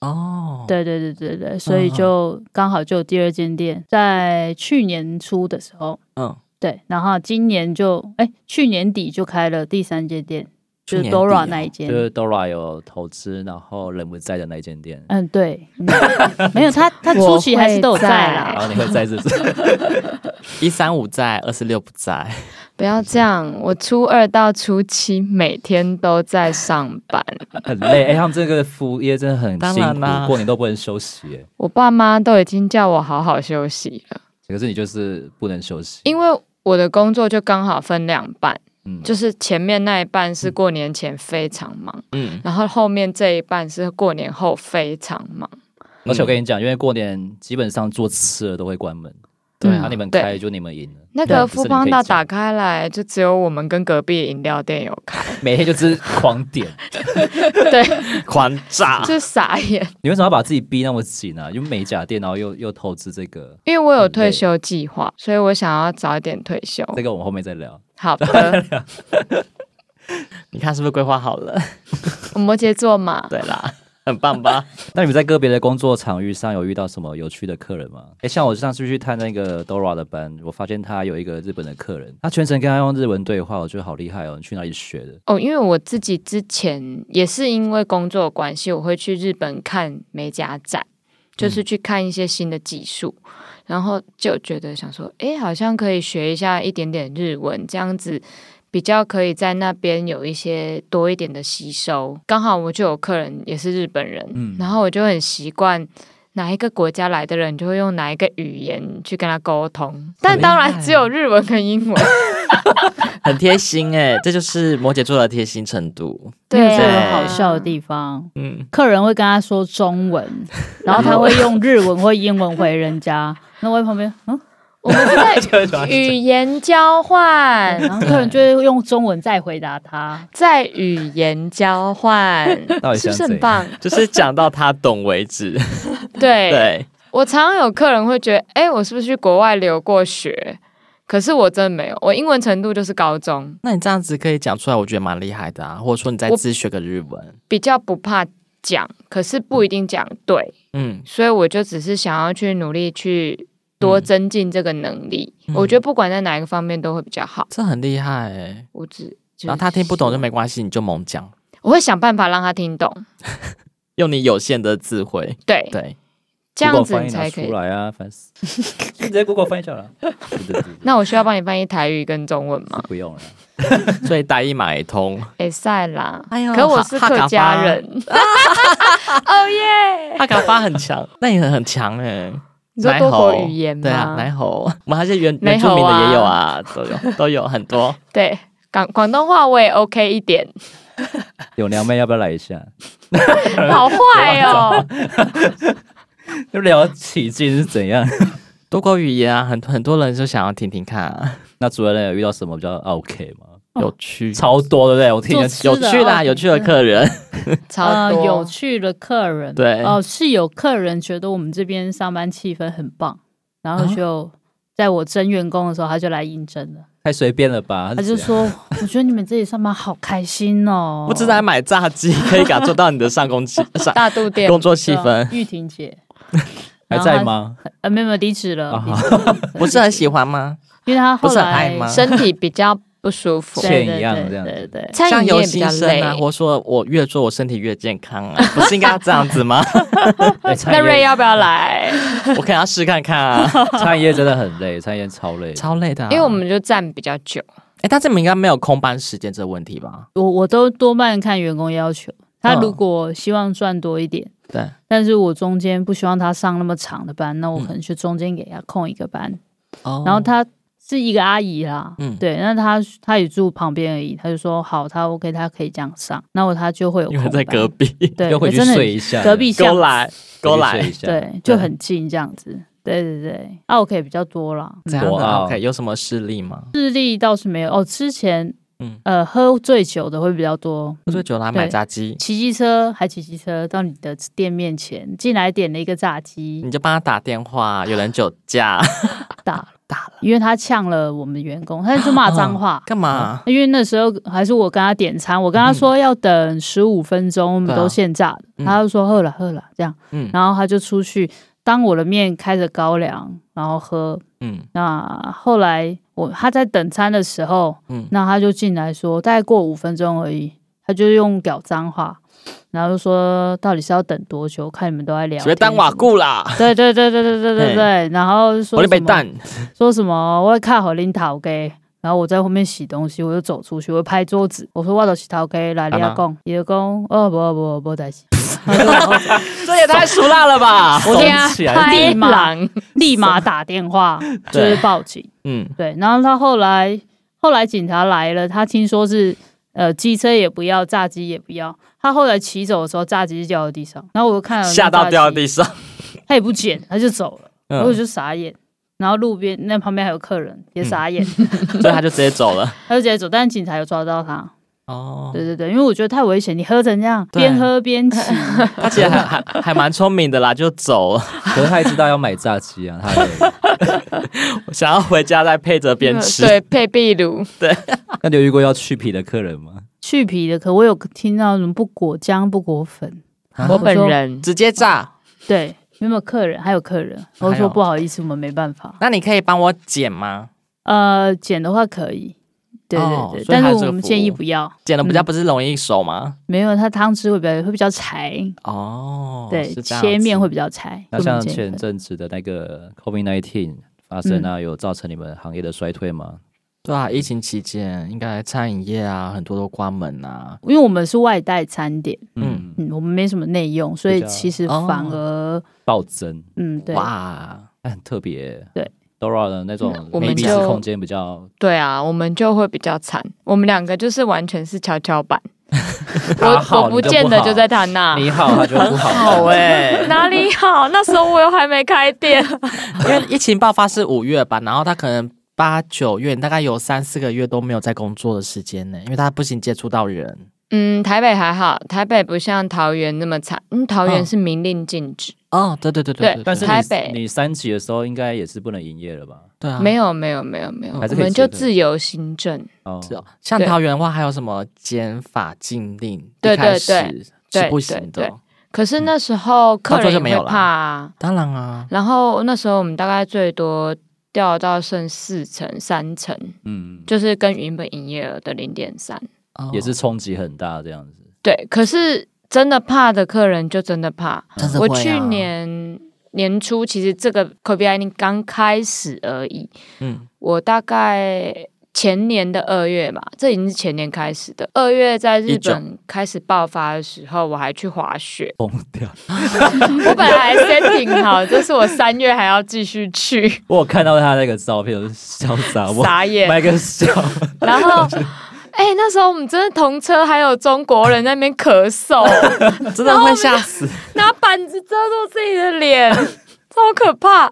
Speaker 2: 哦，
Speaker 1: 对对对对对，所以
Speaker 2: 嗯
Speaker 1: 就刚好就有第二间店，在去年初的时候，
Speaker 2: 嗯，
Speaker 1: 对，然后今年就哎、去年底就开了第三间店，就
Speaker 2: 去
Speaker 1: 是
Speaker 2: 年底
Speaker 1: Dora
Speaker 2: 哦
Speaker 1: 那一
Speaker 4: 就
Speaker 1: 间。
Speaker 4: 是 Dora 有投资，然后人不在的那一间店。
Speaker 1: 嗯，对，嗯 没有他，他初期还是都有在
Speaker 4: 然
Speaker 1: 啦。
Speaker 4: 后你会在是不是？
Speaker 2: 一三五在，二四六不在，
Speaker 3: 不要这样，我初二到初七每天都在上班，
Speaker 4: 很累，哎、他们这个服务业真的很
Speaker 2: 当
Speaker 4: 辛
Speaker 2: 然
Speaker 4: 苦，
Speaker 2: 啦
Speaker 4: 过年都不能休息，哎，
Speaker 3: 我爸妈都已经叫我好好休息了，
Speaker 4: 可是你就是不能休息，
Speaker 3: 因为我的工作就刚好分两半，
Speaker 4: 嗯，
Speaker 3: 就是前面那一半是过年前非常忙，
Speaker 2: 嗯，
Speaker 3: 然后后面这一半是过年后非常忙。
Speaker 4: 而且我跟你讲，因为过年基本上做吃的都会关门，啊
Speaker 1: 对
Speaker 4: 那、你们
Speaker 3: 嗯对
Speaker 4: 开就你们赢了，
Speaker 3: 那
Speaker 4: 对
Speaker 3: 个
Speaker 4: 不是
Speaker 3: 富
Speaker 4: 你
Speaker 3: 邦
Speaker 4: 可以
Speaker 3: 大
Speaker 4: 讲
Speaker 3: 打开来，就只有我们跟隔壁饮料店有 开，
Speaker 4: 每天就是狂点，
Speaker 3: 对，
Speaker 2: 狂炸，
Speaker 3: 就傻眼。
Speaker 4: 你为什么要把自己逼那么紧呢、啊？因为美甲店，然后又又投资这个，
Speaker 3: 因为我有
Speaker 4: 很累
Speaker 3: 退休计划，所以我想要早一点退休。
Speaker 4: 这个我们后面再聊。
Speaker 3: 好的，
Speaker 2: 你看是不是规划好了？
Speaker 3: 我摩羯座嘛，
Speaker 2: 对啦，很棒吧？
Speaker 4: 那你们在个别的工作场域上有遇到什么有趣的客人吗？哎，像我上次去探那个 Dora 的班，我发现他有一个日本的客人，他全程跟他用日文对话，我觉得好厉害哦！你去哪里学的？
Speaker 3: 哦，因为我自己之前也是因为工作的关系，我会去日本看美甲展，
Speaker 1: 嗯
Speaker 3: 就是去看一些新的技术，然后就觉得想说，诶，好像可以学一下一点点日文，这样子比较可以在那边有一些多一点的吸收。刚好我就有客人也是日本人，
Speaker 4: 嗯
Speaker 3: 然后我就很习惯。哪一个国家来的人，你就会用哪一个语言去跟他沟通，但当然只
Speaker 1: 哦
Speaker 3: 有日文跟英文。
Speaker 2: 很贴心哎、这就是摩羯座的贴心程度。
Speaker 1: 没 有这
Speaker 3: 对
Speaker 1: 个
Speaker 2: 啊
Speaker 1: 好笑的地方，
Speaker 2: 嗯，
Speaker 1: 客人会跟他说中 文，然后他会用日文或英文回人家，那我在旁边，嗯，
Speaker 3: 我们是在语言交换，
Speaker 1: 然
Speaker 2: 嗯
Speaker 1: 后客人就会用中文再回答他。
Speaker 3: 在语言交换，
Speaker 4: 到底
Speaker 3: 是
Speaker 4: 想
Speaker 3: 不是
Speaker 4: 怎
Speaker 3: 很
Speaker 4: 样？
Speaker 3: 棒？
Speaker 2: 就是讲到他懂为止。
Speaker 3: 对
Speaker 2: 对，
Speaker 3: 我常常有客人会觉得，哎、我是不是去国外留过学？可是我真的没有，我英文程度就是高中，
Speaker 2: 那你这样子可以讲出来，我觉得蛮厉害的啊。或者说你再
Speaker 3: 我
Speaker 2: 自学个日文，
Speaker 3: 比较不怕讲，可是不一定讲对，
Speaker 2: 嗯，
Speaker 3: 所以我就只是想要去努力去多增进这个能力。
Speaker 2: 嗯
Speaker 3: 我觉得不管在哪一个方面都会比较好。
Speaker 2: 这很厉害哎、
Speaker 3: 我只
Speaker 2: 然后他听不懂就，没关系，你就猛讲，
Speaker 3: 我会想办法让他听懂。
Speaker 2: 用你有限的智慧。
Speaker 3: 对，
Speaker 2: 对，
Speaker 3: 这样
Speaker 4: Google
Speaker 3: 子
Speaker 4: 翻
Speaker 3: 你
Speaker 4: 译拿
Speaker 3: 才可以
Speaker 4: 出。来啊，烦死！ 直接 Google 翻译就 好了。对对对对
Speaker 3: 那我需要帮你翻译台语跟中文吗
Speaker 4: 是？不用了。
Speaker 2: 所以打一买通，
Speaker 3: 哎塞啦，
Speaker 2: 哎呦
Speaker 3: 可我是客家人。 哦耶！
Speaker 2: 他敢发很强， 那也很很强哎、
Speaker 3: 你说多国语言
Speaker 2: 对啊，
Speaker 3: 吗？
Speaker 2: 奶猴，我们还是原
Speaker 3: 奶
Speaker 2: 原
Speaker 3: 猴
Speaker 2: 住民的也有
Speaker 3: 啊
Speaker 2: 啊，都有都有很多。
Speaker 3: 对，广广东话我也 OK 一点，
Speaker 4: 有娘妹要不要来一下？
Speaker 3: 好坏哦。
Speaker 4: 就聊起劲是怎样？
Speaker 2: 多国语言啊，很很多人就想要听听看、啊，
Speaker 4: 那主任有遇到什么比较 OK 吗？
Speaker 3: 哦
Speaker 2: 有趣，
Speaker 4: 超多对不对？我听
Speaker 1: 做
Speaker 4: 人
Speaker 1: 吃
Speaker 2: 有趣啦，
Speaker 1: 哦
Speaker 2: 有趣的客人，
Speaker 3: 超多、
Speaker 1: 呃有趣的客人，
Speaker 2: 对
Speaker 1: 哦、是有客人觉得我们这边上班气氛很棒，然后
Speaker 2: 啊
Speaker 1: 就在我征员工的时候，他就来应征了。
Speaker 4: 太随便了吧？
Speaker 1: 他就说：“我觉得你们这里上班好开心哦。”
Speaker 2: 不知道买炸鸡可以感受到你的上工气上
Speaker 3: 大肚店
Speaker 2: 工作气
Speaker 1: 对啊
Speaker 2: 氛，
Speaker 1: 玉婷姐
Speaker 4: 还在？
Speaker 1: 然
Speaker 4: 吗？
Speaker 1: 后她呃，没有没有离职了
Speaker 4: 啊，
Speaker 1: 离职了
Speaker 2: 不是很喜欢吗？
Speaker 1: 因为他
Speaker 2: 不
Speaker 1: 后
Speaker 2: 是很爱
Speaker 1: 来
Speaker 2: 吗？
Speaker 3: 身体比较不舒服，
Speaker 1: 对对
Speaker 4: 欠一样
Speaker 1: 对
Speaker 4: 这样子
Speaker 1: 对对。
Speaker 3: 餐
Speaker 2: 像
Speaker 3: 饮
Speaker 2: 有
Speaker 3: 业比
Speaker 2: 新
Speaker 3: 较
Speaker 2: 生
Speaker 3: 累。
Speaker 2: 啊，我说我越做我身体越健康啊，不是应该要这样子吗？
Speaker 4: 哎餐
Speaker 3: 那
Speaker 4: 饮
Speaker 3: 瑞
Speaker 1: 啊
Speaker 4: 业
Speaker 3: 要不要来？
Speaker 2: 我可能要试看看啊，
Speaker 4: 餐饮业真的很累，餐饮业超累。
Speaker 2: 超累的啊、
Speaker 3: 因为我们就站比较久，
Speaker 2: 哎，但是你们应该没有空班时间这个问题吧？
Speaker 1: 我我都多半看员工要求，他
Speaker 2: 嗯
Speaker 1: 如果希望赚多一点，
Speaker 2: 对，
Speaker 1: 但是我中间不希望他上那么长的班，那我可能就中间给他空一个班。
Speaker 2: 嗯哦
Speaker 1: 然后她是一个阿姨啦，
Speaker 2: 嗯
Speaker 1: 对，那她她也住旁边而已，她就说好，她 OK，她可以这样上，那我她就会有
Speaker 2: 因为
Speaker 1: 空
Speaker 2: 在
Speaker 1: 班
Speaker 2: 隔壁，
Speaker 1: 对，
Speaker 4: 又回
Speaker 1: 我
Speaker 4: 去
Speaker 1: 真的很
Speaker 4: 睡一下，
Speaker 1: 隔壁巷
Speaker 2: 勾 来勾
Speaker 4: 回去睡
Speaker 2: 来
Speaker 4: 一，下。
Speaker 1: 对，就很近这样子。对对对，啊，OK 比较多啦，
Speaker 2: 这样
Speaker 4: 多
Speaker 2: 的
Speaker 4: 傲
Speaker 2: OK 有什么事例吗？
Speaker 1: 智力倒是没有哦。之前
Speaker 2: 嗯，
Speaker 1: 呃，喝醉酒的会比较多。
Speaker 2: 喝醉酒拿买
Speaker 1: 对
Speaker 2: 炸鸡，
Speaker 1: 骑机车还骑机车到你的店面前，进来点了一个炸鸡
Speaker 2: 你，就帮他打电话，有人酒驾，
Speaker 1: 打了打了，因为他呛了我们的员工，他就
Speaker 2: 哦
Speaker 1: 骂脏话。
Speaker 2: 干嘛？
Speaker 1: 因为那时候还是我跟他点餐，我跟他说要等十五分钟，我们都现炸的，
Speaker 2: 嗯
Speaker 1: 他就说喝了喝了这样，
Speaker 2: 嗯
Speaker 1: 然后他就出去当我的面开着高粱，然后喝。
Speaker 2: 嗯
Speaker 1: 那后来我他在等餐的时候，
Speaker 2: 嗯，
Speaker 1: 那他就进来说，大概过五分钟而已，他就用屌脏话，然后就说到底是要等多久？看你们都在嗯聊，
Speaker 2: 只会当瓦。固啦，
Speaker 1: 对对对对对对对对，然后就说
Speaker 2: 我的北
Speaker 1: 什么
Speaker 2: 蛋，
Speaker 1: 说什么我会看好林桃给，然后我在后面洗东西，我就走出去，我就拍桌子，我说我都洗桃给来你
Speaker 2: 干嘛
Speaker 1: 要讲，伊就讲哦不不不在洗，
Speaker 2: 这也太俗辣了吧！
Speaker 1: 我就
Speaker 4: 耸起来，
Speaker 1: 拍马
Speaker 3: 狼，
Speaker 1: 立马打电话就是报警。
Speaker 2: 嗯，
Speaker 1: 对，然后他后来后来警察来了，他听说是呃机车也不要，炸鸡也不要。他后来骑走的时候，炸鸡就掉在地上，然后我就看了那嗯
Speaker 2: 吓
Speaker 1: 炸
Speaker 2: 到
Speaker 1: 鸡
Speaker 2: 掉地上，
Speaker 1: 他也不捡，他就走了，然后我
Speaker 2: 嗯，
Speaker 1: 就傻眼。然后路边那旁边还有客人也傻眼，
Speaker 2: 所以他就直接走了。
Speaker 1: 他就直接走，但是警察有抓到他。
Speaker 2: 哦，
Speaker 1: 对对对，因为我觉得太危险，你喝成这样，
Speaker 2: 对
Speaker 1: 边喝边骑，
Speaker 2: 他其实还还还蛮聪明的啦，就走了，
Speaker 4: 可是他也知道要买炸鸡啊，他 也。
Speaker 2: 想要回家再配着边吃。
Speaker 3: 对，配壁炉，
Speaker 4: 那你有遇过要去皮的客人吗？
Speaker 1: 去皮的。可我有听到什么不裹浆、不裹粉，
Speaker 2: 啊
Speaker 4: 啊
Speaker 3: 我
Speaker 1: 说
Speaker 3: 本人
Speaker 2: 直接炸。
Speaker 1: 对，有没有客人？还有客人，我
Speaker 2: 还有
Speaker 1: 说不好意思，我们没办法。
Speaker 2: 那你可以帮我剪吗？
Speaker 1: 呃，剪的话可以，对
Speaker 2: 哦
Speaker 1: 对对，
Speaker 2: 所以
Speaker 1: 但
Speaker 2: 还
Speaker 1: 是
Speaker 2: 有这
Speaker 1: 我
Speaker 2: 个
Speaker 1: 们
Speaker 2: 服
Speaker 1: 建议
Speaker 2: 务
Speaker 1: 不要，
Speaker 2: 剪的比较不是容易熟吗？
Speaker 1: 没有它汤汁会比较会比较柴，
Speaker 2: 哦，
Speaker 1: 对，
Speaker 2: 是这样子
Speaker 1: 切面会比较柴。
Speaker 4: 那
Speaker 1: 不能
Speaker 4: 像
Speaker 1: 建议
Speaker 4: 前
Speaker 1: 分
Speaker 4: 阵子的那个 COVID nineteen 发生
Speaker 1: 嗯
Speaker 4: 啊，有造成你们行业的衰退吗？
Speaker 2: 对啊，疫情期间应该餐饮业啊很多都关门啊。
Speaker 1: 因为我们是外带餐点，
Speaker 2: 嗯
Speaker 4: 嗯，
Speaker 1: 嗯，我们没什么内用，所以
Speaker 4: 较
Speaker 1: 其实
Speaker 2: 哦
Speaker 1: 反而，
Speaker 4: 暴增，
Speaker 1: 嗯，对，
Speaker 2: 哇，
Speaker 4: 哎很特别。
Speaker 1: 对
Speaker 4: ，Dora 的那种
Speaker 3: 我
Speaker 2: 们
Speaker 4: 密闭式
Speaker 2: 就
Speaker 4: 空间比较，
Speaker 3: 对啊，我们就会比较惨，我们两个就是完全是跷 跷板，
Speaker 4: 他好
Speaker 3: 我我
Speaker 4: 你就
Speaker 3: 见
Speaker 4: 不
Speaker 3: 的
Speaker 4: 好
Speaker 3: 就在他那，
Speaker 4: 你好他就 不
Speaker 2: 好
Speaker 4: 好，
Speaker 2: 哎、
Speaker 3: 哪里好？那时候我又还没开店，
Speaker 2: 因为疫情爆发是五月吧，然后他可能八九月，大概有三四个月都没有在工作的时间呢、因为他不行接触到人。
Speaker 3: 嗯，台北还好，台北不像桃园那么惨，嗯，桃园
Speaker 2: 嗯
Speaker 3: 是明令禁止，
Speaker 2: 哦，对对对
Speaker 3: 对
Speaker 2: 对，
Speaker 4: 但是
Speaker 3: 台
Speaker 4: 你
Speaker 3: 北
Speaker 4: 你三级的时候应该也是不能营业了吧？
Speaker 2: 对啊，
Speaker 3: 没有没有没有没有，
Speaker 4: 还是
Speaker 3: 我
Speaker 4: 可以
Speaker 3: 们
Speaker 4: 接
Speaker 3: 就
Speaker 4: 的
Speaker 3: 自由行政，
Speaker 4: 哦，
Speaker 2: 是哦，像
Speaker 3: 对
Speaker 2: 桃园的话，还有什么减法禁令，
Speaker 3: 对
Speaker 2: 一开
Speaker 3: 对对
Speaker 2: 始是
Speaker 3: 对
Speaker 2: 不
Speaker 3: 对
Speaker 2: 行
Speaker 3: 对
Speaker 2: 的。
Speaker 3: 可是那时候客
Speaker 2: 到最后
Speaker 3: 人也
Speaker 2: 就没有
Speaker 3: 会
Speaker 2: 啦
Speaker 3: 怕、啊，
Speaker 2: 当然啊，
Speaker 3: 然后那时候我们大概最多掉到剩四成三成，
Speaker 4: 嗯，
Speaker 3: 就是跟原本营业额的零点三。
Speaker 2: 哦
Speaker 4: 也是冲击很大这样子。
Speaker 3: 对，可是真的怕的客人就真的怕。
Speaker 2: 真的
Speaker 3: 我
Speaker 2: 会啊
Speaker 3: 去年年初其实这个 COVID 刚开始而已，
Speaker 2: 嗯
Speaker 3: 我大概。前年的二月嘛，这已经是前年开始的。二月在日
Speaker 2: 19
Speaker 3: 本开始爆发的时候，我还去滑雪。
Speaker 4: 疯掉！
Speaker 3: 我本来 setting 好，就是我三月还要继续去，
Speaker 4: 我有看到他那个照片，我就潇洒，我
Speaker 3: 傻眼。
Speaker 4: 买个笑。
Speaker 3: 然后， 哎、那时候我们真的同车还有中国人在那边咳嗽，
Speaker 2: 真的会吓死。
Speaker 3: 拿板子遮住自己的脸，超可怕。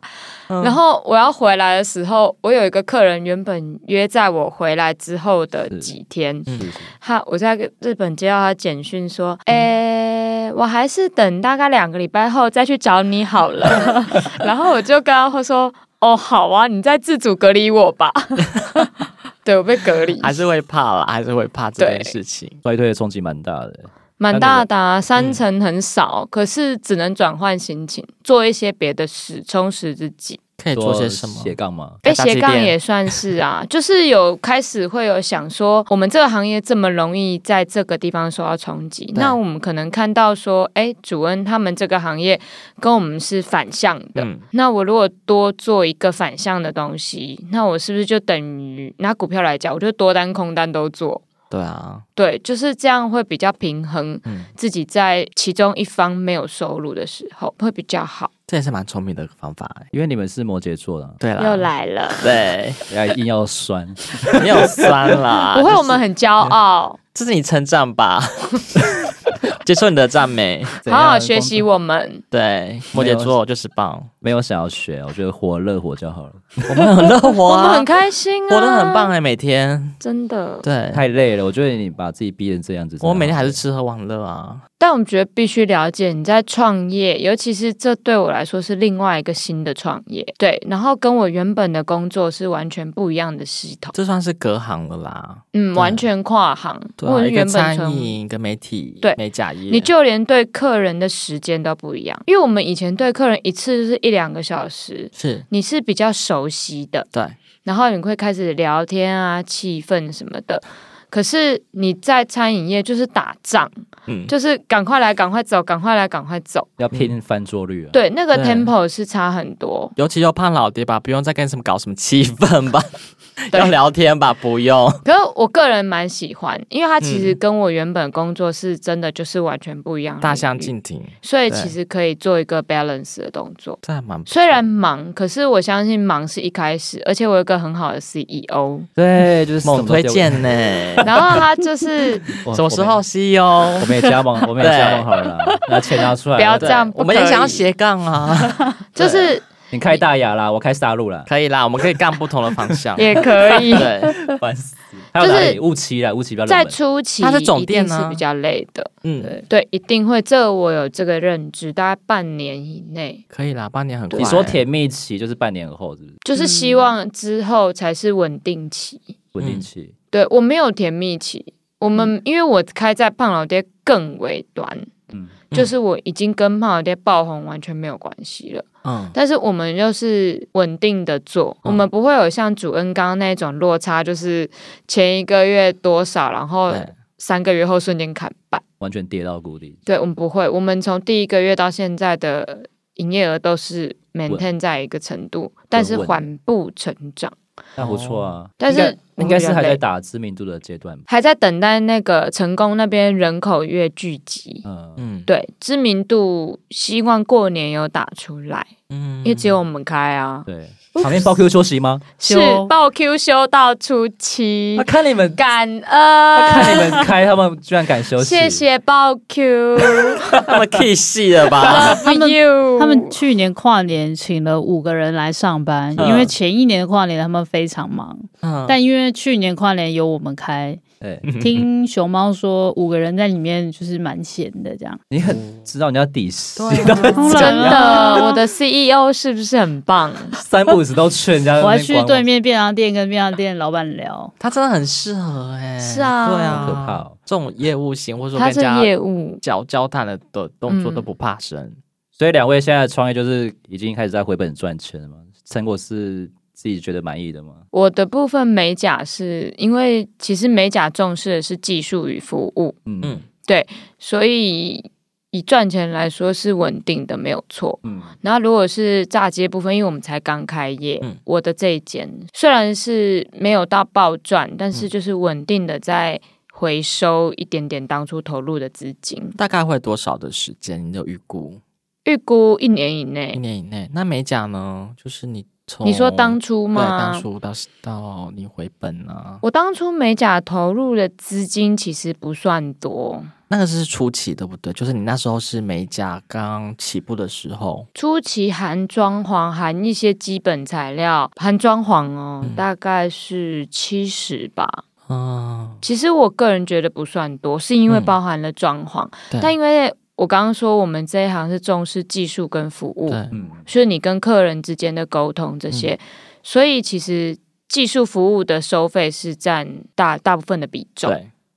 Speaker 2: 嗯
Speaker 3: 然后我要回来的时候，我有一个客人原本约在我回来之后的几
Speaker 2: 嗯
Speaker 3: 天，
Speaker 4: 是是
Speaker 3: 他我在日本接到他简讯说，诶、我还是等大概两个礼拜后再去找你好了。然后我就跟他说，哦，好啊，你再自主隔离我吧。对我被隔离，
Speaker 2: 还是会怕啦，还是会怕这件
Speaker 3: 对
Speaker 2: 事情。
Speaker 4: 衰退的冲击蛮大的，
Speaker 3: 蛮大的、啊，三层很少，可是只能转换心情，做一些别的事，充实自己。
Speaker 2: 可以做些什么？
Speaker 4: 斜杠吗？
Speaker 2: 开
Speaker 3: 哎，
Speaker 2: 炸鸡
Speaker 3: 斜杠
Speaker 2: 店
Speaker 3: 也算是啊， 就是有开始会有想说，我们这个行业这么容易在这个地方受到冲击，那我们可能看到说，哎，主恩他们这个行业跟我们是反向的，
Speaker 2: 嗯，
Speaker 3: 那我如果多做一个反向的东西，那我是不是就等于拿股票来讲，我就多单空单都做？
Speaker 2: 对啊，
Speaker 3: 对，就是这样会比较平衡
Speaker 2: 嗯，
Speaker 3: 自己在其中一方没有收入的时候会比较好。
Speaker 2: 这也是蛮聪明的方法、欸。
Speaker 4: 因为你们是摩羯座的，
Speaker 2: 对啊
Speaker 3: 又
Speaker 2: 啦，
Speaker 3: 来了，
Speaker 2: 对，
Speaker 4: 要硬要酸，
Speaker 2: 没 有酸啦，
Speaker 3: 不会，我们很骄傲。
Speaker 2: 这是你成长吧？ 接受你的赞美，怎样
Speaker 3: 好好学习。我们。
Speaker 2: 对，摩羯座就是 棒，
Speaker 4: 没有想要学，我觉得活乐活就好了，
Speaker 2: 我们很乐活
Speaker 3: 我们
Speaker 2: 啊
Speaker 3: 很，开心啊，
Speaker 2: 活得很棒哎，每天。
Speaker 3: 真的。
Speaker 2: 对，
Speaker 4: 太累了。我觉得你把自己逼成这样子，
Speaker 2: 我每天还是吃喝玩乐啊。
Speaker 3: 但我们觉得必须了解你在创业，尤其是这对我来说是另外一个新的创业，对，然后跟我原本的工作是完全不一样的系统，
Speaker 2: 这算是隔行了啦。
Speaker 3: 嗯，
Speaker 2: 对
Speaker 3: 完全跨行，
Speaker 2: 对
Speaker 3: 或
Speaker 2: 啊，
Speaker 3: 者
Speaker 2: 一
Speaker 3: 是
Speaker 2: 个
Speaker 3: 原本
Speaker 2: 餐
Speaker 3: 从
Speaker 2: 饮，一个媒体，
Speaker 3: 对
Speaker 2: 美甲业，
Speaker 3: 你就连对客人的时间都不一样，因为我们以前对客人一次就是一两个小时，
Speaker 2: 是
Speaker 3: 你是比较熟悉的，
Speaker 2: 对，
Speaker 3: 然后你会开始聊天啊、气氛什么的。可是你在餐饮业就是打仗，
Speaker 2: 嗯，
Speaker 3: 就是赶快来，赶快走，赶快来，赶快走。
Speaker 4: 要拼翻桌率啊。
Speaker 3: 对，那个
Speaker 2: 嗯对
Speaker 3: tempo 是差很多。
Speaker 2: 尤其又胖老爹吧，不用再跟什么搞什么气氛吧，
Speaker 3: 对
Speaker 2: 要聊天吧，不用。
Speaker 3: 可是我个人蛮喜欢，因为它其实
Speaker 2: 嗯
Speaker 3: 跟我原本工作是真的就是完全不一样，
Speaker 2: 大相，径庭，
Speaker 3: 所以
Speaker 2: 对
Speaker 3: 其实可以做一个 balance 的动作。
Speaker 2: 这还蛮不错
Speaker 3: 虽然忙，可是我相信忙是一开始，而且我有一个很好 的 CEO，
Speaker 4: 对，就是什么
Speaker 2: 猛推
Speaker 4: 都
Speaker 2: 荐 呢。
Speaker 3: 然后他就是
Speaker 4: 我
Speaker 2: 什么时候？CEO？
Speaker 4: 我们也加盟，我们也加盟好了啦，那钱拿出来。
Speaker 3: 不要
Speaker 2: 对
Speaker 3: 这样不
Speaker 2: 我们也
Speaker 3: 可以
Speaker 2: 想要斜杠 啊，
Speaker 3: 就是
Speaker 4: 你开大雅啦，我开大陆啦，
Speaker 2: 可以啦，我们可以干不同的方向。
Speaker 3: 也可以。
Speaker 2: 对，
Speaker 4: 烦死。还有
Speaker 3: 就是
Speaker 4: 哪里雾期啦，雾期比较冷
Speaker 3: 在
Speaker 4: 门。
Speaker 3: 初期，
Speaker 2: 它是总店啊
Speaker 3: 是比较累的，
Speaker 2: 嗯，
Speaker 3: 对，一定会。这我有这个认知，大概半年以内，
Speaker 2: 可以啦，半年很快。
Speaker 4: 你说甜蜜期就是半年后，是不是？
Speaker 2: 嗯
Speaker 3: 就是希望之后才是稳定期。
Speaker 4: 稳定期。
Speaker 3: 对我没有甜蜜期，我
Speaker 2: 嗯
Speaker 3: 们、因为我开在胖老爹更尾端，
Speaker 4: 嗯
Speaker 3: 就是我已经跟胖老爹爆红完全没有关系了。
Speaker 2: 嗯，
Speaker 3: 但是我们就是稳定的做，
Speaker 2: 嗯
Speaker 3: 我们不会有像主恩刚刚那种落差，就是前一个月多少，然后
Speaker 2: 对，
Speaker 3: 三个月后瞬间砍半。
Speaker 4: 完全跌到谷底。
Speaker 3: 对我们不会，我们从第一个月到现在的营业额都是 maintain 在一个程度，但是
Speaker 4: 稳
Speaker 3: 缓步成长，
Speaker 4: 那不错啊，
Speaker 3: 哦但是
Speaker 4: 应该
Speaker 3: 我
Speaker 4: 应该是
Speaker 3: 觉得
Speaker 4: 还在
Speaker 3: 累
Speaker 4: 打知名度的阶段吧。
Speaker 3: 还在等待那个成功那边人口越聚集。
Speaker 4: 嗯，
Speaker 2: 嗯
Speaker 3: 对知名度，希望过年有打出来，
Speaker 2: 嗯
Speaker 3: 因为只有我们开啊，
Speaker 4: 对。旁边包 Q 休息吗？
Speaker 3: 是
Speaker 2: 修
Speaker 3: 报 Q 休到初七
Speaker 4: 那，看你们，
Speaker 3: 感
Speaker 4: 那啊看
Speaker 3: 恩，
Speaker 4: 你们开，他们居然敢休息。
Speaker 3: 谢。谢报 Q，Love
Speaker 2: 他们 K 系了 吧？
Speaker 1: 们
Speaker 3: you，
Speaker 1: 他们去年跨年请了五个人来上班，
Speaker 2: 嗯
Speaker 1: 因为前一年的跨年他们非常忙，
Speaker 2: 嗯，
Speaker 1: 但因为去年跨年由我们开，
Speaker 4: 对，
Speaker 1: 听熊猫说五个人在里面就是蛮闲的这样，
Speaker 4: 你很知道人家底细，
Speaker 3: 真的，我的 CEO 是不是很棒？
Speaker 4: 三不五时都劝人家。
Speaker 1: 我还去对，面便当店跟便当店老板聊，
Speaker 2: 他真的很适合哎、
Speaker 3: 是啊
Speaker 2: 对啊，
Speaker 4: 好可怕哦
Speaker 2: 这种业务型或者说
Speaker 3: 他
Speaker 2: 跟人
Speaker 3: 是
Speaker 2: 家
Speaker 3: 业务，
Speaker 2: 交交谈的的动作
Speaker 3: 嗯
Speaker 2: 都不怕生，
Speaker 4: 所以两位现在的创业就是已经开始在回本赚钱了吗？成果是自己觉得满意的吗？
Speaker 3: 我的部分美甲是因为其实美甲重视的是技术与服务，
Speaker 4: 嗯
Speaker 2: 嗯
Speaker 4: 嗯
Speaker 3: 所以以赚钱来说是稳定的，没有错。
Speaker 4: 嗯，
Speaker 3: 然后如果是炸街部分，因为我们才刚开业，
Speaker 2: 嗯
Speaker 3: 我的这一间虽然是没有到暴赚，但
Speaker 2: 嗯
Speaker 3: 是就是稳定的在回收一点点当初投入的资金，
Speaker 2: 大概会多少的时间？你有预估
Speaker 3: 预估一年以
Speaker 2: 一
Speaker 3: 内。
Speaker 2: 年以内？那美甲呢？就是你从
Speaker 3: 你说当初
Speaker 2: 嗯哦对
Speaker 3: 吗？
Speaker 2: 当初到到你回本啊，
Speaker 3: 我当初美甲投入的资金其实不算多，
Speaker 2: 那个是初期对不对？就是你那时候是美甲刚起步的时候，
Speaker 3: 初期含装潢、含一些基本材料、含装潢哦，
Speaker 2: 嗯
Speaker 3: 大概是七十吧。
Speaker 2: 嗯，
Speaker 3: 其实我个人觉得不算多，是因为
Speaker 2: 嗯
Speaker 3: 包含了装潢，
Speaker 2: 对
Speaker 3: 但因为我刚刚说我们这一行是重视技术跟服务，
Speaker 2: 对，
Speaker 4: 嗯，
Speaker 3: 就是你跟客人之间的沟通这些，所以其实技术服务的收费是占大大部分的比重，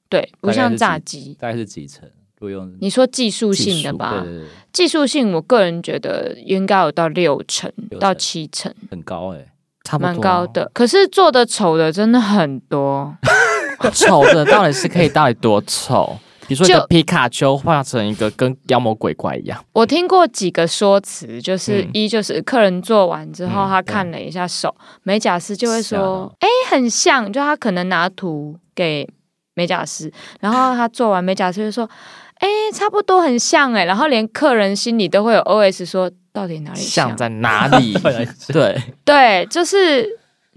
Speaker 2: 对，
Speaker 3: 对不
Speaker 4: 大概是几
Speaker 3: 像炸鸡。
Speaker 4: 大概是几成？如果用
Speaker 3: 你说技术性的
Speaker 4: 对
Speaker 3: 吧，
Speaker 4: 对对，
Speaker 3: 技术性我个人觉得应该有到六成
Speaker 4: 六成
Speaker 3: 到七成，
Speaker 4: 很高哎。
Speaker 2: 差不多
Speaker 3: 蛮高的。可是做的丑的真的很 多，
Speaker 2: 丑的到底是可以到底多丑？比如说一个
Speaker 3: 就
Speaker 2: 皮卡丘画成一个跟妖魔鬼怪一样，
Speaker 3: 我听过几个说辞，就是
Speaker 2: 嗯
Speaker 3: 一就是客人做完之后，
Speaker 2: 嗯
Speaker 3: 他看了一下手，美甲师就会
Speaker 4: 吓
Speaker 3: 说
Speaker 4: 到：“
Speaker 3: 哎、很像。”就他可能拿图给美 甲师，然后他做完，美甲师就说：“哎、差不多很像哎。”然后连客人心里都会有 OS 说：“到底哪里
Speaker 2: 像在哪 里？对，
Speaker 3: 对，就是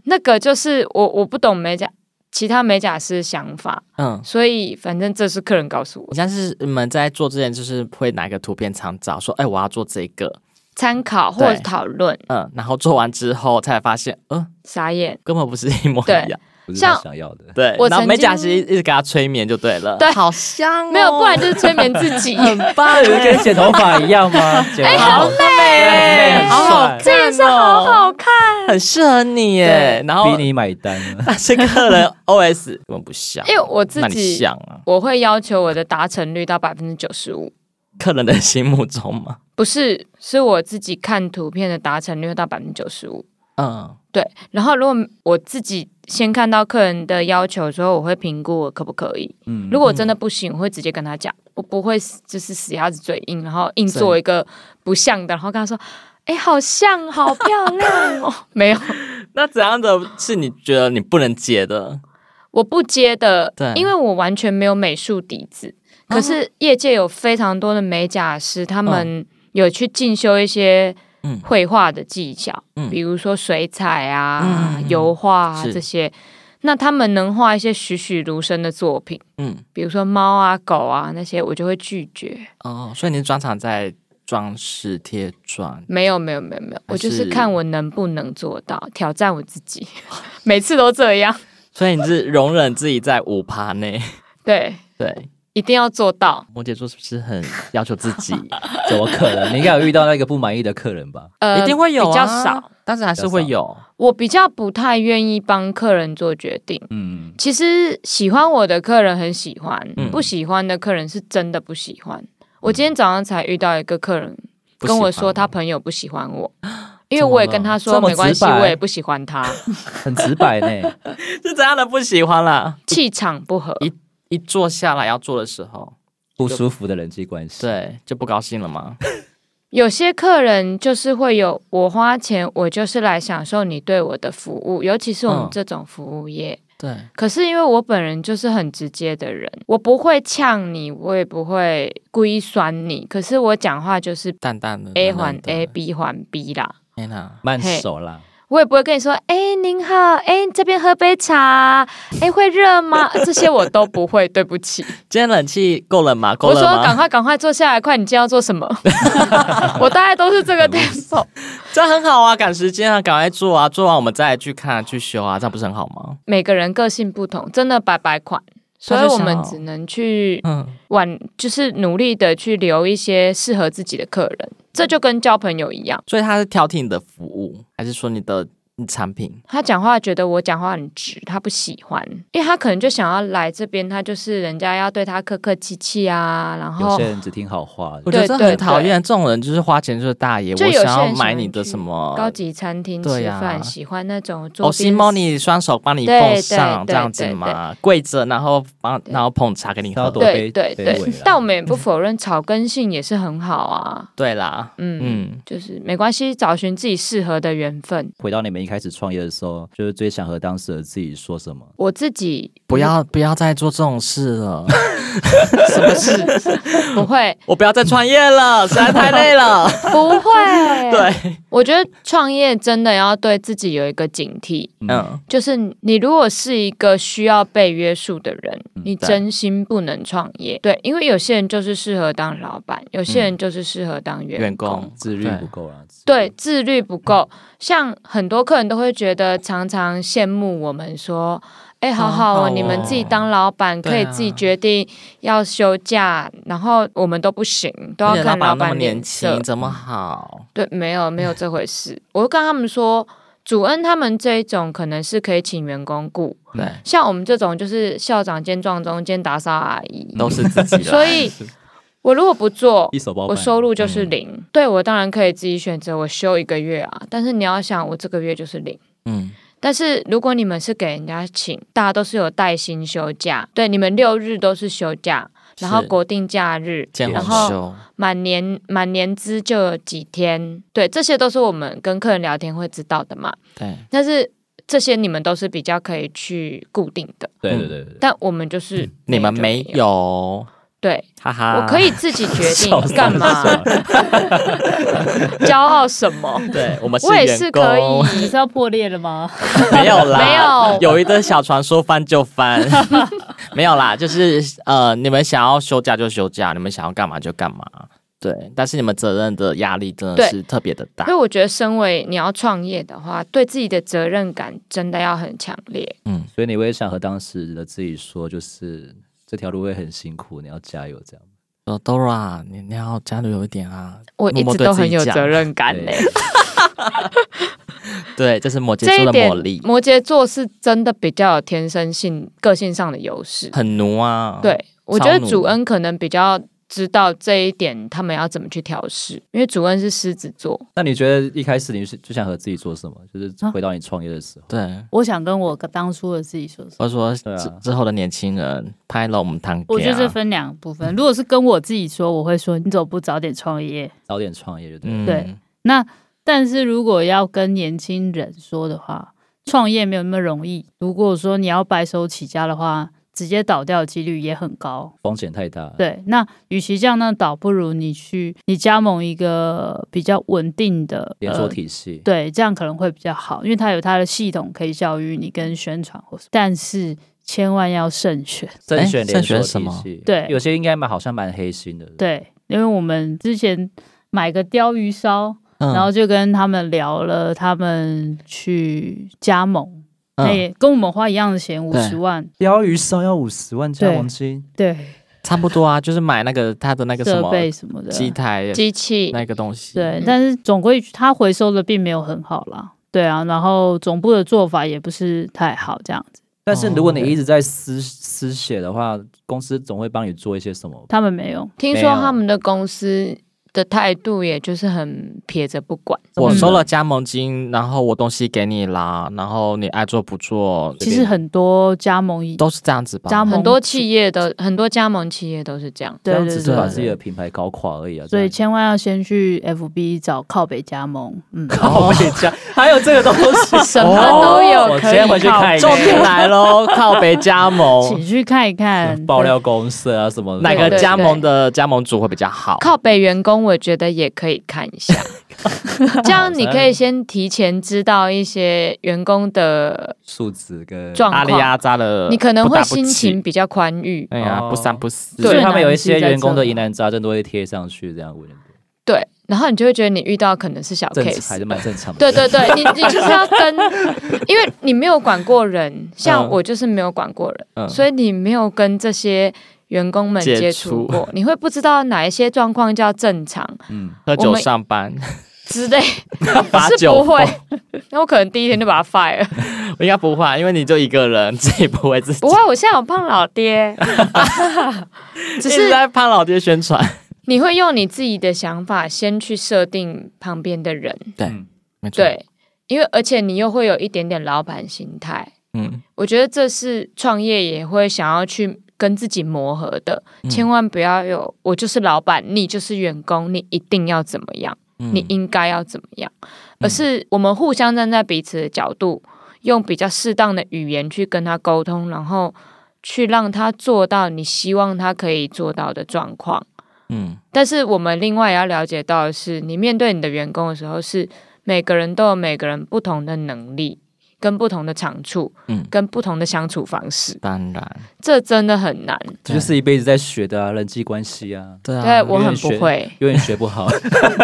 Speaker 3: 那个，就是我我不懂美甲其他美甲师想法，
Speaker 2: 嗯，
Speaker 3: 所以反正这是客人告诉我
Speaker 2: 你像是你们在做之前，就是会拿一个图片常找，说，哎、我要做这个，
Speaker 3: 参考或者讨论，
Speaker 2: 嗯，然后做完之后才发现，嗯、
Speaker 3: 傻眼。
Speaker 2: 根本不是一模一 样，
Speaker 4: 不是
Speaker 3: 像
Speaker 4: 他想要的。
Speaker 2: 对，
Speaker 3: 我
Speaker 2: 然后
Speaker 3: 曾
Speaker 2: 美甲
Speaker 3: 经
Speaker 2: 师一直给他催眠就对了，
Speaker 3: 对
Speaker 2: 呃好香、 哦
Speaker 3: 没有，不然哎就是催眠自己。
Speaker 2: 很棒欸，
Speaker 4: 跟剪头发一样吗？剪
Speaker 3: 哎
Speaker 2: 好美
Speaker 4: 很
Speaker 2: 好好看
Speaker 4: 帅
Speaker 3: 这件事哎好
Speaker 2: 哦，
Speaker 3: 好看，
Speaker 2: 很适合你耶。然后
Speaker 4: 逼你买单了。
Speaker 2: 但是客人 OS 根本不像，
Speaker 3: 因为我自
Speaker 2: 那你
Speaker 3: 己
Speaker 2: 像啊，
Speaker 3: 我会要求我的达成率到百分之九十五，
Speaker 2: 客人的心目中嘛，
Speaker 3: 不是是我自己看图片的达成率到百分之九十五。
Speaker 2: 嗯，
Speaker 3: 对，然后如果我自己先看到客人的要求之后，我会评估我可不可以。
Speaker 4: 嗯
Speaker 3: 如果我真的不行，我会直接跟他讲，我不会就是死鸭子嘴硬，然后硬做一个不像的，然后跟他说：“哎，好像，好漂亮哦。” 没有，
Speaker 2: 那怎样的是你觉得你不能接的？
Speaker 3: 我不接的
Speaker 2: 对，
Speaker 3: 因为我完全没有美术底子。
Speaker 2: 哦
Speaker 3: 可是业界有非常多的美甲师，他们有去进修一些
Speaker 2: 哦嗯
Speaker 3: 绘画的技巧，
Speaker 2: 嗯
Speaker 3: 比如说水彩啊、
Speaker 2: 嗯嗯嗯
Speaker 3: 油画啊
Speaker 2: 是
Speaker 3: 这些。那他们能画一些栩栩如生的作品，
Speaker 2: 嗯，
Speaker 3: 比如说猫啊、狗啊那些，我就会拒绝。
Speaker 2: 哦，所以你是专场在装饰贴砖，
Speaker 3: 没有，没有，没有，没有，我就是
Speaker 2: 是
Speaker 3: 看我能不能做到，挑战我自己。 每次都这样，
Speaker 2: 所以你是容忍自己在五趴内。
Speaker 3: 对，
Speaker 2: 对，
Speaker 3: 一定要做到。
Speaker 2: 摩羯座是不是很要求自己？
Speaker 4: 怎么可能？你应该有遇到那个不满意的客人吧？
Speaker 3: 呃，
Speaker 2: 一定会有、啊，
Speaker 3: 比较少，，
Speaker 2: 但是还是会有。
Speaker 3: 我比较不太愿意帮客人做决定。
Speaker 4: 嗯，
Speaker 3: 其实喜欢我的客人很喜欢，
Speaker 2: 嗯
Speaker 3: 不喜欢的客人是真的不喜欢。
Speaker 4: 嗯
Speaker 3: 我今天早上才遇到一个客人
Speaker 2: 不喜欢
Speaker 3: 跟我说，他朋友不喜欢我，因为我也跟他说
Speaker 4: 这啊么
Speaker 3: 没关系，
Speaker 4: 直白
Speaker 3: 我也不喜 欢他，
Speaker 4: 很直白呢。
Speaker 2: 是怎样的不喜欢啦？
Speaker 3: 气场不合。
Speaker 2: 一坐下来要做的时候，
Speaker 4: 不舒服的人际关系。，
Speaker 2: 对，就不高兴了吗？
Speaker 3: 有些客人就是会有，我花钱，我就是来享受你对我的服务，尤其是我们
Speaker 2: 嗯
Speaker 3: 这种服务业。
Speaker 2: 对，
Speaker 3: 可是因为我本人就是很直接的人，我不会呛你，我也不会故意酸你，可是我讲话就是
Speaker 2: 淡淡的
Speaker 3: A
Speaker 2: 冷
Speaker 3: 还
Speaker 2: 冷的
Speaker 3: A，B 还 B 啦。
Speaker 2: 天哪，
Speaker 4: 慢手啦。
Speaker 3: 我也不会跟你说，哎、您好，哎、这边喝杯茶，哎、会热吗？ 这些我都不会，对不起。
Speaker 2: 今天冷气够冷吗？够
Speaker 3: 我说
Speaker 2: 冷
Speaker 3: 赶
Speaker 2: 吗？
Speaker 3: 快赶快坐下来，快，你今天要做 什么？ 我大概都是这个 tempo，
Speaker 2: 这样很好啊，赶时间啊，赶快做啊，做完我们再去看去修啊，这样不是很好吗？
Speaker 3: 每个人个性不同，真的百百款，所以我们只能去
Speaker 2: 嗯，
Speaker 3: 挽，就是努力的去留一些适合自己的客人，这就跟交朋友一样。
Speaker 2: 所以他是挑剔你的服务，还是说你的你产品？
Speaker 3: 他讲话觉得我讲话很直，他不喜欢，因为他可能就想要来这边，他就是人家要对他客客气气啊，然
Speaker 4: 有
Speaker 3: 后
Speaker 4: 些人只听好话
Speaker 2: 我
Speaker 4: 的，
Speaker 2: 觉得这
Speaker 3: 对对
Speaker 2: 很讨
Speaker 3: 对
Speaker 2: 厌，这种人就是花钱就是大爷，我
Speaker 3: 就有些
Speaker 2: 想要
Speaker 3: 人喜
Speaker 2: 买
Speaker 3: 欢
Speaker 2: 你的
Speaker 3: 去
Speaker 2: 什么
Speaker 3: 高级餐厅吃
Speaker 2: 哦对
Speaker 3: 饭，
Speaker 2: 啊
Speaker 3: 喜欢那种
Speaker 2: 哦，
Speaker 3: 做
Speaker 2: 西
Speaker 3: 边
Speaker 2: 猫，你双手帮你
Speaker 3: 对
Speaker 2: 奉
Speaker 3: 对
Speaker 2: 上这
Speaker 3: 对
Speaker 2: 样子
Speaker 3: 对
Speaker 2: 嘛，跪着然后帮
Speaker 3: 对
Speaker 2: 然后捧茶给你
Speaker 4: 稍
Speaker 2: 喝。
Speaker 4: 多
Speaker 3: 对
Speaker 4: 卑
Speaker 3: 对
Speaker 4: 卑微
Speaker 3: 对
Speaker 2: 啊
Speaker 4: 啦。
Speaker 3: 但我们也不否认草根性也是很好啊，
Speaker 2: 对啦，
Speaker 3: 嗯，
Speaker 2: 嗯，
Speaker 3: 就是没关系，找寻自己适合的缘分。
Speaker 4: 回到你们一开始创业的时候，就是最想和当时的自己说什么？
Speaker 3: 我自己
Speaker 2: 不要不要再做这种事了，
Speaker 3: 不会，
Speaker 2: 我不要再创业了，实在太累 了。
Speaker 3: 不会。，
Speaker 2: 对，
Speaker 3: 我觉得创业真的要对自己有一个警惕，
Speaker 2: 嗯，
Speaker 3: 就是你如果是一个需要被约束的人，你
Speaker 2: 对
Speaker 3: 真心不能创业。对，因为有些人就是适合当老板，有些人就是适合当
Speaker 2: 嗯员工
Speaker 4: 自律
Speaker 2: 对
Speaker 4: 不够啊啦。自律
Speaker 3: 嗯对，自律不够，像很多客人都会觉得常常羡慕我们说，哎、好好
Speaker 2: 好
Speaker 3: 哦，
Speaker 2: 好
Speaker 3: 你们
Speaker 2: 哦
Speaker 3: 自己当老板
Speaker 2: 对
Speaker 3: 可以自己
Speaker 2: 啊
Speaker 3: 决定要休假，然后我们都不行，都要
Speaker 2: 而且
Speaker 3: 看
Speaker 2: 板那么
Speaker 3: 板
Speaker 2: 年
Speaker 3: 脸色嗯
Speaker 2: 轻，。怎么好？
Speaker 3: 对，没有没有这回事。我就跟他们说，主恩他们这一种可能是可以请员工雇，
Speaker 2: 对，
Speaker 3: 像我们这种就是校长兼撞钟兼打扫阿姨，
Speaker 2: 都是啊自己的。
Speaker 3: 所以我如果不做，
Speaker 4: 一手包
Speaker 3: 我
Speaker 4: 办。
Speaker 3: 收入就是
Speaker 2: 嗯
Speaker 3: 零。对我当然可以自己选择我休一个月啊，但是你要想，我这个月就是零。
Speaker 2: 嗯，
Speaker 3: 但是如果你们是给人家请，大家都是有带薪休假，对，你们六日都是休假，然后
Speaker 2: 是
Speaker 3: 国定假日，
Speaker 2: 见
Speaker 3: 然
Speaker 2: 红
Speaker 3: 后
Speaker 2: 修，
Speaker 3: 满年满年资就有几天，对，这些都是我们跟客人聊天会知道的嘛。
Speaker 2: 对，
Speaker 3: 但是这些你们都是比较可以去固定的，
Speaker 2: 嗯
Speaker 4: 对对对对对，
Speaker 3: 但我们就是
Speaker 2: 你们没有，
Speaker 3: 对，
Speaker 2: 哈哈，
Speaker 3: 我可以自己决
Speaker 4: 笑
Speaker 3: 定
Speaker 4: 死
Speaker 3: 干嘛，
Speaker 1: 啊
Speaker 3: 骄傲什 么，
Speaker 2: 对我们
Speaker 3: 我也是
Speaker 2: 员工
Speaker 3: 可
Speaker 1: 你
Speaker 3: 以
Speaker 1: 是。要破裂了吗？
Speaker 2: 没有啦，
Speaker 3: 没有
Speaker 2: 有一个小船说翻 就翻，没有啦，就是呃，你们想要休假就休假，你们想要干嘛就干嘛，对，但是你们责任的压力真的
Speaker 3: 对
Speaker 2: 是特别的大
Speaker 3: 因为，我觉得，身为你要创业的话，对自己的责任感真的要很强烈。
Speaker 2: 嗯，
Speaker 4: 所以你会想和当时的自己说，就是这条路会很辛苦，你要加油这样。
Speaker 2: 说 Dora，你你要加油一点啊，
Speaker 3: 我一
Speaker 2: 默默
Speaker 3: 直
Speaker 2: 对
Speaker 3: 都
Speaker 2: 自己
Speaker 3: 很有
Speaker 2: 讲啊
Speaker 3: 责任感欸
Speaker 4: 对
Speaker 3: 嘞、
Speaker 2: 对，这是摩羯座
Speaker 3: 这一
Speaker 2: 的
Speaker 3: 点
Speaker 2: 魔力，，
Speaker 3: 摩羯座是真的比较有天生性个性上的优势。
Speaker 2: 很奴啊，，
Speaker 3: 对，我
Speaker 2: 超
Speaker 3: 觉得
Speaker 2: 努
Speaker 3: 主恩可能比较知道这一点，他们要怎么去调试，因为主恩是狮子座，
Speaker 4: 那你觉得一开始你是就想和自己做什么？
Speaker 1: 啊
Speaker 4: 就是回到你创业的时候，
Speaker 2: 对。
Speaker 1: 我想跟我当初的自己说说。
Speaker 2: 或者说
Speaker 4: 对啊
Speaker 2: 之之后的年轻人拍了我们啊堂，
Speaker 1: 我觉得这分两部分，如果是跟我自己说，我会说你怎么不早点创业？
Speaker 4: 早点创业就对了。
Speaker 2: 嗯
Speaker 1: 对那但是如果要跟年轻人说的话，创业没有那么容易。如果说你要白手起家的话，直接倒掉的几率也很高。
Speaker 4: 风险太大。，
Speaker 1: 对，那与其这样那倒，不如你去你加盟一个比较稳定的
Speaker 4: 连锁
Speaker 1: 呃
Speaker 4: 体系。
Speaker 1: 对，这样可能会比较好，因为它有它的系统可以教育你跟宣传或什么但是千万要慎选。
Speaker 4: 慎选
Speaker 2: 哎
Speaker 4: 连
Speaker 2: 慎选
Speaker 4: 锁
Speaker 2: 什
Speaker 4: 体
Speaker 2: 么
Speaker 4: 系，
Speaker 1: 对
Speaker 4: 有些应该蛮好像蛮黑心的。，
Speaker 1: 对，因为我们之前买个鲷鱼烧，
Speaker 2: 嗯
Speaker 1: 然后就跟他们聊了，他们去加盟，那、
Speaker 2: 嗯
Speaker 1: 也跟我们花一样的钱，五
Speaker 2: 对
Speaker 1: 十万，
Speaker 4: 鲷鱼烧要五十万加
Speaker 1: 对
Speaker 4: 盟金，
Speaker 1: 对，
Speaker 2: 差不多啊，就是买那个他的那个什
Speaker 1: 设
Speaker 2: 么
Speaker 1: 备什么的，
Speaker 2: 机台
Speaker 3: 机器
Speaker 2: 那个东西，
Speaker 1: 对，但是总归他回收的并没有很好啦。对啊，然后总部的做法也不是太好，这样子，
Speaker 4: 但是如果你
Speaker 2: 哦
Speaker 4: 一直在私私写的话，公司总会帮你做一些什么。
Speaker 1: 他们没有。
Speaker 3: 听
Speaker 4: 没
Speaker 3: 说
Speaker 4: 有
Speaker 3: 他们的公司的态度也就是很撇着不管，
Speaker 2: 我收了加盟金，然后我东西给你啦，然后你爱做不做，
Speaker 1: 其实很多加盟
Speaker 2: 都是这样子吧。
Speaker 1: 加 盟
Speaker 3: 很多企业的很多加盟企业都是这样。
Speaker 4: 这
Speaker 1: 对
Speaker 4: 样
Speaker 1: 对
Speaker 4: 只是把
Speaker 2: 对
Speaker 4: 自己的品牌搞垮而已啊。
Speaker 1: 所以
Speaker 4: 这
Speaker 1: 千万要先去 FB 找靠北加盟， 嗯，
Speaker 4: 样靠
Speaker 2: 哦
Speaker 4: 背加，还有哦这个东西，
Speaker 3: 什么都
Speaker 1: 哦
Speaker 3: 有
Speaker 4: 我
Speaker 3: 可
Speaker 4: 今
Speaker 3: 以
Speaker 4: 天回去
Speaker 3: 靠
Speaker 4: 看一下
Speaker 2: 重点来喽， 靠北加盟
Speaker 1: 请去看一看。
Speaker 4: 爆料公社啊什么的
Speaker 2: 哪个
Speaker 3: 对
Speaker 2: 加盟的加盟主会比较好？
Speaker 3: 靠北员工，我觉得也可以看 一下，这样你可以先提前知道一些员工的
Speaker 4: 数字跟
Speaker 3: 状
Speaker 2: 阿里
Speaker 3: 况，
Speaker 2: 阿扎的，
Speaker 3: 你可能
Speaker 2: 不
Speaker 3: 会
Speaker 2: 打不
Speaker 3: 心情
Speaker 2: 起，
Speaker 3: 比较宽裕。
Speaker 2: 哎呀，
Speaker 4: 哦
Speaker 2: 不三不四。
Speaker 4: 所以
Speaker 1: 最
Speaker 4: 他们
Speaker 1: 难
Speaker 4: 有一
Speaker 1: 是在
Speaker 4: 些员工
Speaker 1: 这
Speaker 4: 的疑难杂症都会贴上去，这样我觉得
Speaker 3: 对，然后你就会觉得你遇到可能是小
Speaker 4: 正常
Speaker 3: case，
Speaker 4: 还是蛮正常的。
Speaker 3: 对对对，你你就是要跟，因为你没有管过人，像
Speaker 2: 嗯
Speaker 3: 我就是没有管过人，
Speaker 2: 嗯
Speaker 3: 所以你没有跟这些员工们
Speaker 2: 接
Speaker 3: 接触
Speaker 2: 触
Speaker 3: 过，你会不知道哪一些状况叫正常
Speaker 4: 嗯，
Speaker 2: 喝
Speaker 3: 我
Speaker 2: 酒
Speaker 3: 们
Speaker 2: 上班，
Speaker 3: 之类，
Speaker 2: 罚
Speaker 3: 是
Speaker 2: 酒
Speaker 3: 不会
Speaker 2: 疯。
Speaker 3: 那我可能第一天就把他 fire，
Speaker 2: 应该不会，因为你就一个人， 自己不会自己。
Speaker 3: 不会，我现在有胖老 爹，只
Speaker 2: 一直
Speaker 3: 是
Speaker 2: 在潘老爹宣传，
Speaker 3: 你会用你自己的想法先去设定旁边的人，
Speaker 4: 嗯
Speaker 2: 没错，
Speaker 3: 对，因为而且你又会有一点点老板心态，
Speaker 2: 嗯，
Speaker 3: 我觉得这是创业也会想要去跟自己磨合的，千万不要有我就是老板，你就是员工，你一定要怎么样，
Speaker 2: 嗯
Speaker 3: 你应该要怎么样，而是我们互相站在彼此的角度，用比较适当的语言去跟他沟通，然后去让他做到你希望他可以做到的状况。
Speaker 2: 嗯，
Speaker 3: 但是我们另外也要了解到的是，你面对你的员工的时候是，每个人都有每个人不同的能力。跟不同的长处，
Speaker 2: 嗯
Speaker 3: 跟不同的相处方式，
Speaker 2: 当然，
Speaker 3: 这真的很难。
Speaker 4: 这就是一辈子在学的啊，人际关系啊，
Speaker 2: 对
Speaker 3: 对
Speaker 2: 啊，
Speaker 3: 我很不会，
Speaker 4: 永远学不好。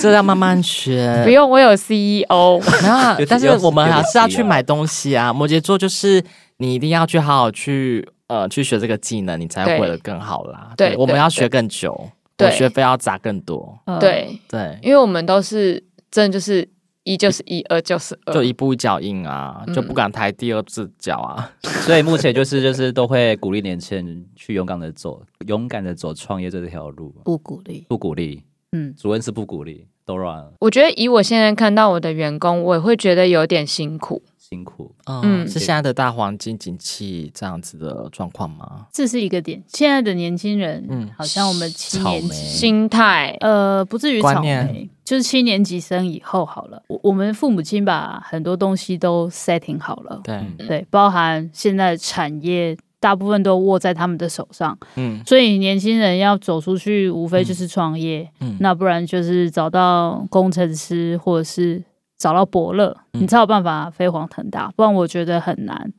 Speaker 2: 这要慢慢学，
Speaker 3: 不用我有 E CEO。
Speaker 2: 没有啊
Speaker 4: 有，点
Speaker 2: 但是我们还是要
Speaker 4: 有点急
Speaker 2: 去
Speaker 4: 啊
Speaker 2: 买东西啊。摩羯座就是你一定要去好好去呃去学这个技能，你才
Speaker 3: 对
Speaker 2: 会得更好啦。
Speaker 3: 对
Speaker 2: 我们
Speaker 3: 对
Speaker 2: 要学更久，
Speaker 3: 对
Speaker 2: 我学费要砸更多。
Speaker 1: 呃，
Speaker 3: 对，
Speaker 2: 对，
Speaker 3: 因为我们都是真的就是一就是一，二就是二
Speaker 2: 就。一步一脚印啊，
Speaker 3: 嗯
Speaker 2: 就不敢抬第二只脚啊。
Speaker 4: 所以目前就是就是都会鼓励年轻人去勇敢的走，勇敢的走创业这条路。
Speaker 1: 不鼓励。
Speaker 4: 不鼓励，
Speaker 1: 嗯，
Speaker 4: 主任是不鼓励，Dora
Speaker 3: 我觉得以我现在看到我的员工，我也会觉得有点辛苦。
Speaker 4: 辛苦。
Speaker 2: 嗯，
Speaker 3: 嗯
Speaker 2: 是现在的大环境景气这样子的状况吗？
Speaker 1: 这是一个点。现在的年轻人，
Speaker 2: 嗯
Speaker 1: 好像我们七
Speaker 2: 草
Speaker 1: 年
Speaker 2: 莓
Speaker 4: 嗯
Speaker 1: 级，
Speaker 3: 心态，
Speaker 1: 呃，不至于
Speaker 2: 观
Speaker 1: 草
Speaker 2: 念
Speaker 1: 莓，就是七年级生以后好了。我我们父母亲把很多东西都 setting 好了，
Speaker 2: 对，
Speaker 4: 嗯
Speaker 1: 对，包含现在产业大部分都握在他们的手上，
Speaker 2: 嗯
Speaker 1: 所以年轻人要走出去，无非就是创业，
Speaker 2: 嗯
Speaker 1: 那不然就是找到工程师或者是找到伯乐，
Speaker 2: 嗯
Speaker 1: 你才有办法飞黄腾达，不然我觉得很难。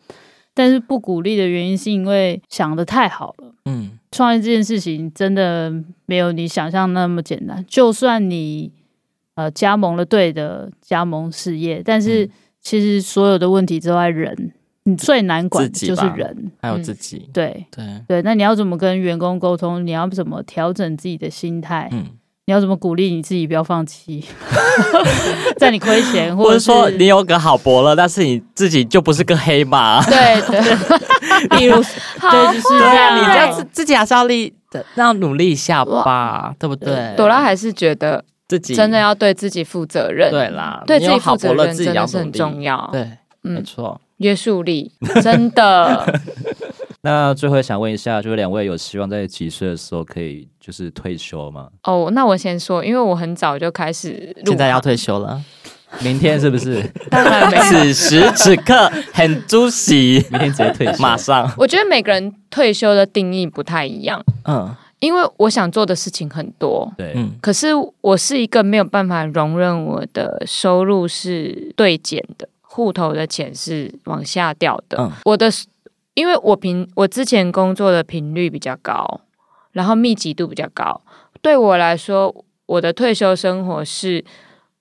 Speaker 1: 但是不鼓励的原因是因为想的太好了。
Speaker 2: 嗯
Speaker 1: 创业这件事情真的没有你想象那么简单。就算你呃加盟了对的加盟事业，但是
Speaker 2: 嗯
Speaker 1: 其实所有的问题都在人，你最难管的
Speaker 2: 自己
Speaker 1: 就是
Speaker 2: 吧
Speaker 1: 人。
Speaker 2: 还有
Speaker 3: 嗯
Speaker 2: 自己，
Speaker 1: 对
Speaker 4: 嗯
Speaker 2: 对，
Speaker 1: 对，那你要怎么跟员工沟通？你要怎么调整自己的心态？
Speaker 2: 嗯，
Speaker 1: 你要怎么鼓励你自己不要放弃？ 在你亏钱，
Speaker 2: 或
Speaker 1: 或者
Speaker 2: 者说
Speaker 1: 是
Speaker 2: 你有个好伯乐，但是你自己就不是个黑马， 啊
Speaker 3: 对对，
Speaker 1: 例如
Speaker 3: 好
Speaker 1: 对，就是这样
Speaker 2: 对啊，你这样子自己还是要力，要努力一下吧，对不对？
Speaker 3: 呃朵拉还是觉得
Speaker 2: 自己
Speaker 3: 真的要对自己负责任，
Speaker 2: 对啦，
Speaker 3: 对
Speaker 2: 你
Speaker 3: 自
Speaker 2: 有
Speaker 3: 己
Speaker 2: 好
Speaker 3: 负
Speaker 2: 伯
Speaker 3: 责
Speaker 2: 乐
Speaker 3: 任
Speaker 2: 自己
Speaker 3: 真
Speaker 2: 要
Speaker 3: 的
Speaker 2: 努
Speaker 3: 是很
Speaker 2: 力
Speaker 3: 重要。
Speaker 2: 对，没
Speaker 3: 嗯，
Speaker 2: 错，
Speaker 3: 约束力真 的，
Speaker 4: 那最后想问一下，就是两位有希望在几岁的时候可以就是退休吗？
Speaker 3: 哦，那我先说，因为我很早就开始入
Speaker 2: 现在要
Speaker 3: 行，
Speaker 2: 退休 了，
Speaker 4: 明天是不是？
Speaker 3: 当哎然没有。
Speaker 2: 此时此刻很出 席，
Speaker 4: 明天直接退休？
Speaker 2: 马上，
Speaker 3: 我觉得每个人退休的定义不太一样，
Speaker 2: 嗯
Speaker 3: 因为我想做的事情很多，
Speaker 4: 对，
Speaker 2: 嗯
Speaker 3: 可是我是一个没有办法容忍我的收入是对减的，户头的钱是往下掉的。
Speaker 2: 嗯
Speaker 3: 我的，因为我平我之前工作的频率比较高，然后密集度比较高，对我来说，我的退休生活是。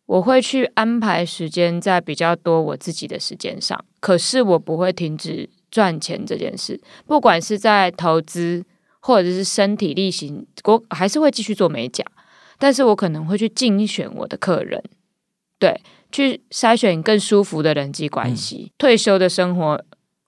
Speaker 3: 我会去安排时间在比较多我自己的时间上，可是我不会停止赚钱这件事，不管是在投资或者是身体力行，我还是会继续做美甲。但是我可能会去竞选我的客人，对，去筛选更舒服的人际关
Speaker 2: 嗯
Speaker 3: 系。退休的生活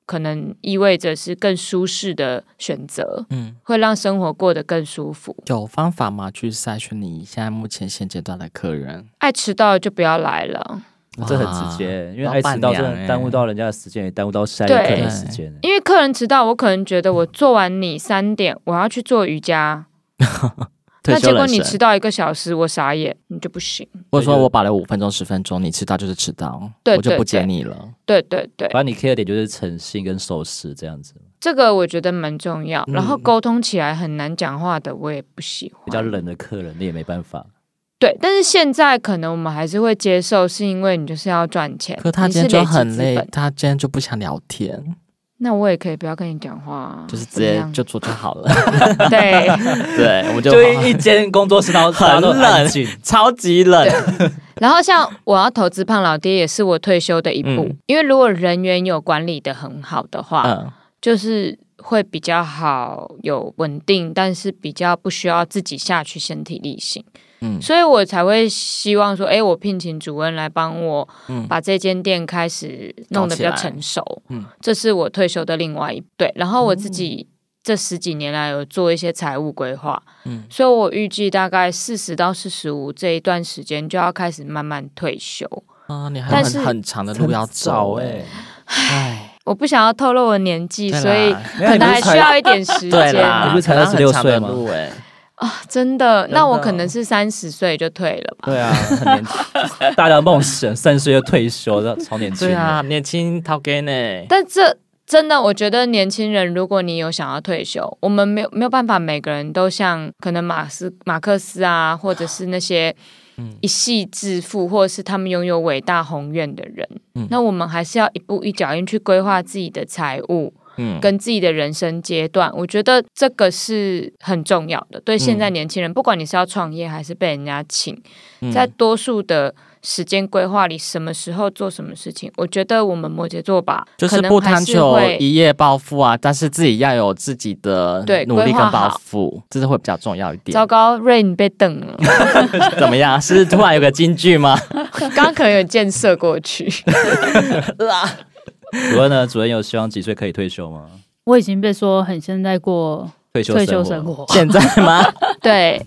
Speaker 3: 可能意味着是更舒适的选择，
Speaker 2: 嗯，
Speaker 3: 会让生活过得更舒服。
Speaker 2: 有方法吗？去筛选你现在目前现阶段的客人，
Speaker 3: 爱迟到就不要来了，
Speaker 4: 这很直接，因为
Speaker 2: 老
Speaker 4: 爱
Speaker 2: 板
Speaker 4: 迟到真
Speaker 2: 娘
Speaker 4: 的
Speaker 2: 欸
Speaker 4: 耽误到人家的时间，也耽误到下一个客人的时间。
Speaker 3: 因为客人迟到，我可能觉得我做完你三点，我要去做瑜伽，
Speaker 2: 退
Speaker 3: 那
Speaker 2: 休
Speaker 3: 结果
Speaker 2: 人
Speaker 3: 你
Speaker 2: 生。
Speaker 3: 迟到一个小时，我傻眼，你就不行。
Speaker 2: 或者说我保留五分钟、十分钟，你迟到就是迟到，
Speaker 3: 对
Speaker 2: 我就不
Speaker 3: 对
Speaker 2: 接
Speaker 3: 对
Speaker 2: 你了。
Speaker 3: 对对对，
Speaker 4: 反正你 care 的点就是诚信跟守时这样子，
Speaker 3: 这个我觉得蛮重要。然后
Speaker 2: 嗯
Speaker 3: 沟通起来很难讲话的，我也不喜欢。
Speaker 4: 比较冷的客人你也没办法。
Speaker 3: 对，但是现在可能我们还是会接受，是因为你就是要赚钱，
Speaker 2: 可他
Speaker 3: 你
Speaker 2: 今天
Speaker 3: 是累
Speaker 2: 就
Speaker 3: 积
Speaker 2: 很
Speaker 3: 资
Speaker 2: 累
Speaker 3: 本，
Speaker 2: 他今天就不想聊天，
Speaker 3: 那我也可以不要跟你讲话啊，
Speaker 2: 就是直
Speaker 3: 怎么
Speaker 2: 接
Speaker 3: 样
Speaker 2: 就做就好了。
Speaker 3: 对。
Speaker 2: 对，我们 就
Speaker 4: 就一一间工作室，然后大家都
Speaker 2: 很冷
Speaker 4: 安静，
Speaker 2: 超级冷。
Speaker 3: 然后像我要投资胖老爹，也是我退休的一步，
Speaker 2: 嗯
Speaker 3: 因为如果人员有管理的很好的话，
Speaker 2: 嗯，
Speaker 3: 就是会比较好有稳定，但是比较不需要自己下去身体力行。
Speaker 2: 嗯
Speaker 3: 所以我才会希望说，哎，我聘请主任来帮我
Speaker 2: 嗯
Speaker 3: 把这间店开始弄得比较成熟。
Speaker 2: 嗯
Speaker 3: 这是我退休的另外一对。然后我自己这十几年来有做一些财务规划，
Speaker 2: 嗯
Speaker 3: 所以我预计大概四十到四十五这一段时间就要开始慢慢退休。
Speaker 2: 啊，你还
Speaker 3: 但
Speaker 2: 有
Speaker 3: 是欸
Speaker 2: 很很长的路要走哎
Speaker 4: 哎。。
Speaker 2: 唉，
Speaker 3: 我不想要透露我年纪，
Speaker 2: 对
Speaker 3: 所以
Speaker 2: 啦
Speaker 3: 可能还需要一点时
Speaker 2: 对
Speaker 3: 间。
Speaker 2: 啦，
Speaker 4: 你不是才
Speaker 2: 可能很
Speaker 4: 26
Speaker 2: 长的
Speaker 4: 岁吗
Speaker 2: 路哎，
Speaker 3: 真的，
Speaker 2: 的
Speaker 3: 那我可能是三十岁就退了吧。
Speaker 4: 对啊，很年轻，大家的梦想三十岁就退休，的超年轻
Speaker 2: 对
Speaker 4: 的。
Speaker 2: 啊，年轻掏给呢。
Speaker 3: 但这真的，我觉得年轻人，如果你有想要退休，我们没有没有办法每个人都像可能马斯马克思啊，或者是那些一系致富，或者是他们拥有伟大宏愿的人，
Speaker 2: 嗯
Speaker 3: 那我们还是要一步一脚印去规划自己的财务。
Speaker 2: 嗯，
Speaker 3: 跟自己的人生阶段，我觉得这个是很重要的。对现在年轻人，不管你是要创业还是被人家请，
Speaker 2: 嗯
Speaker 3: 在多数的时间规划里，什么时候做什么事情，我觉得我们摩羯座吧，
Speaker 2: 就是
Speaker 3: 可能
Speaker 2: 不
Speaker 3: 还
Speaker 2: 贪
Speaker 3: 是
Speaker 2: 求
Speaker 3: 会
Speaker 2: 一夜暴富啊，但是自己要有自己的
Speaker 3: 对
Speaker 2: 努力
Speaker 3: 规划
Speaker 2: 跟抱
Speaker 3: 好
Speaker 2: 负，这是会比较重要一点
Speaker 3: 糟。糕，瑞你被瞪 了，
Speaker 2: 怎么 样？是突然有个金句吗？
Speaker 3: 刚刚可能有箭射过 去。
Speaker 4: 主任呢？主任有希望几岁可以退休吗？
Speaker 1: 我已经被说很现在过
Speaker 4: 退休
Speaker 1: 退休生
Speaker 4: 生活
Speaker 1: 活，
Speaker 2: 现在吗？
Speaker 3: 对，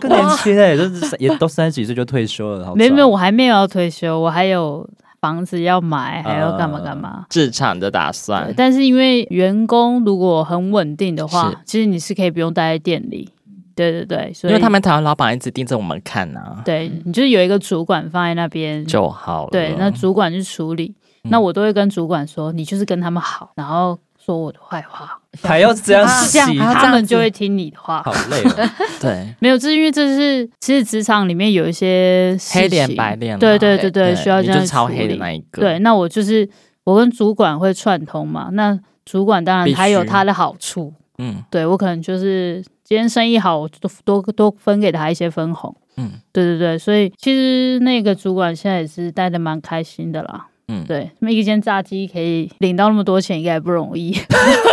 Speaker 4: 更年轻哎，就是也都三十几岁就退休了，好
Speaker 1: 没有没有，
Speaker 4: 早
Speaker 1: 我还没有要退休，我还有房子要买，还要干嘛
Speaker 4: 呃
Speaker 1: 干嘛。
Speaker 2: 市场的打算
Speaker 1: 对，呃但是因为员工如果很稳定的话
Speaker 2: 是，
Speaker 1: 其实你是可以不用待在店里。对对对，所
Speaker 2: 因
Speaker 1: 以
Speaker 2: 为他们台湾老板一直盯着我们看呐、啊，
Speaker 1: 对你就是有一个主管放在那边，
Speaker 2: 就好了。
Speaker 1: 对，那主管去处理。
Speaker 2: 嗯
Speaker 1: 那我都会跟主管说，你就是跟他们好，然后说我的坏话，
Speaker 4: 还要这样
Speaker 1: 是这样
Speaker 4: 洗，，
Speaker 5: 还要这样
Speaker 1: 他们就
Speaker 5: 子
Speaker 1: 会听你的话
Speaker 4: 好。累哦。
Speaker 2: 对，
Speaker 1: 没有，这是因为这是其实职场里面有一些事
Speaker 2: 黑脸
Speaker 1: 情
Speaker 2: 白脸啦，
Speaker 1: 对对对对，
Speaker 2: 对，
Speaker 1: 需要
Speaker 2: 你
Speaker 1: 这样
Speaker 2: 就是超
Speaker 1: 处
Speaker 2: 黑的
Speaker 1: 理
Speaker 2: 那一个，
Speaker 1: 对，那我就是我跟主管会串通嘛，那主管当然
Speaker 2: 必
Speaker 1: 他有
Speaker 2: 须
Speaker 1: 他的好处，
Speaker 2: 嗯
Speaker 1: 对我可能就是今天生意好，我多多多分给他一些分红。
Speaker 2: 嗯
Speaker 1: 对对对，所以其实那个主管现在也是待的蛮开心的啦。
Speaker 2: 嗯，
Speaker 1: 对，那么一间炸鸡可以领到那么多钱，应该也不容易。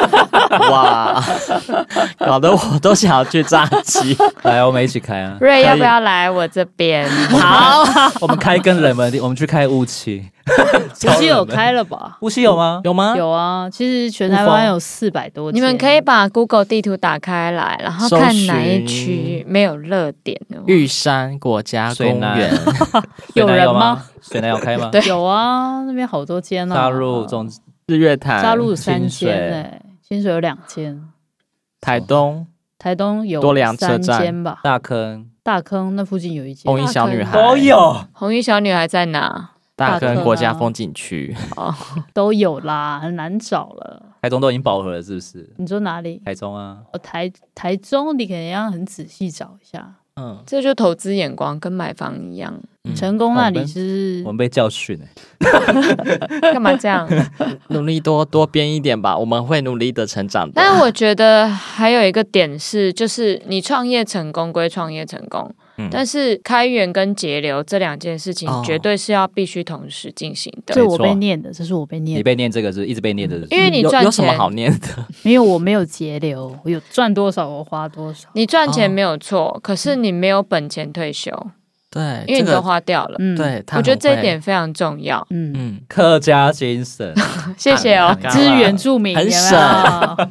Speaker 2: 哇，搞得我都想要去炸鸡。
Speaker 4: 来，我们一起开 啊！
Speaker 3: 瑞要不要来我这边？
Speaker 2: 好，
Speaker 4: 我们开更冷门的地，我们去开乌 漆。
Speaker 1: 不是有开了吧？
Speaker 4: 乌漆有吗？
Speaker 2: 有吗？
Speaker 1: 有啊，其实全台湾有四百多间。
Speaker 3: 你们可以把 Google 地图打开来，然后看哪一区没有热点哦的。
Speaker 2: 玉山国家
Speaker 4: 水
Speaker 2: 公
Speaker 4: 南
Speaker 2: 园，
Speaker 1: 有人吗
Speaker 4: 水南有吗？水南有开吗？
Speaker 3: 对
Speaker 1: 有啊，那边好多间啊。
Speaker 4: 加入总
Speaker 2: 日月潭，
Speaker 1: 加入三
Speaker 4: 清水
Speaker 1: 间哎，清水有两间，
Speaker 2: 台东，
Speaker 1: 台东有
Speaker 2: 多良车
Speaker 1: 三
Speaker 2: 站哦
Speaker 1: 间吧，
Speaker 4: 大 坑
Speaker 1: 大坑那附近有一间
Speaker 2: 红。衣小女孩，
Speaker 4: 有。
Speaker 3: 红衣小女孩在哪？
Speaker 2: 大
Speaker 1: 大
Speaker 2: 坑
Speaker 1: 坑
Speaker 2: 国家
Speaker 1: 啊
Speaker 2: 风景区，
Speaker 3: 哦，
Speaker 1: 都有啦，很难找了。
Speaker 4: 台中都已经饱和了，是不是？
Speaker 1: 你说哪里？
Speaker 4: 台中啊，
Speaker 1: 哦，台台中，你可能要很仔细找一下。
Speaker 2: 嗯，
Speaker 3: 这就投资眼光跟买房一样，
Speaker 2: 嗯
Speaker 1: 成功那里
Speaker 4: 我
Speaker 1: 是
Speaker 4: 们被教训哎、
Speaker 3: 干嘛这样？
Speaker 2: 努力多多编一点吧，我们会努力的成长的。
Speaker 3: 但是我觉得还有一个点是，就是你创业成功归创业成功，
Speaker 2: 嗯
Speaker 3: 但是开源跟节流这两件事情
Speaker 2: 哦
Speaker 3: 绝对是要必须同时进行的。
Speaker 1: 这
Speaker 4: 没
Speaker 1: 我
Speaker 4: 错
Speaker 1: 被念的，这是我被念
Speaker 4: 你
Speaker 1: 的，
Speaker 4: 被念这个是不是一直被念这个是不是
Speaker 3: 因为你
Speaker 2: 有
Speaker 3: 赚
Speaker 2: 有什么
Speaker 3: 钱，
Speaker 2: 好念的？
Speaker 1: 因为我没有节流，我有赚多少我花多少。
Speaker 3: 你赚钱
Speaker 2: 哦
Speaker 3: 没有错，可是你没有本钱退休，
Speaker 2: 对，
Speaker 3: 因为
Speaker 2: 哎这
Speaker 3: 你都
Speaker 2: 个
Speaker 3: 花掉了。
Speaker 1: 嗯，，
Speaker 2: 对，他
Speaker 3: 我觉得
Speaker 2: 很
Speaker 3: 这一
Speaker 2: 会，
Speaker 3: 点非常重要。
Speaker 1: 嗯，
Speaker 2: 嗯，
Speaker 4: 客家精 神，
Speaker 3: 谢谢哦。
Speaker 2: 刚刚
Speaker 1: 支援住民
Speaker 2: 很
Speaker 1: 有没有
Speaker 2: 省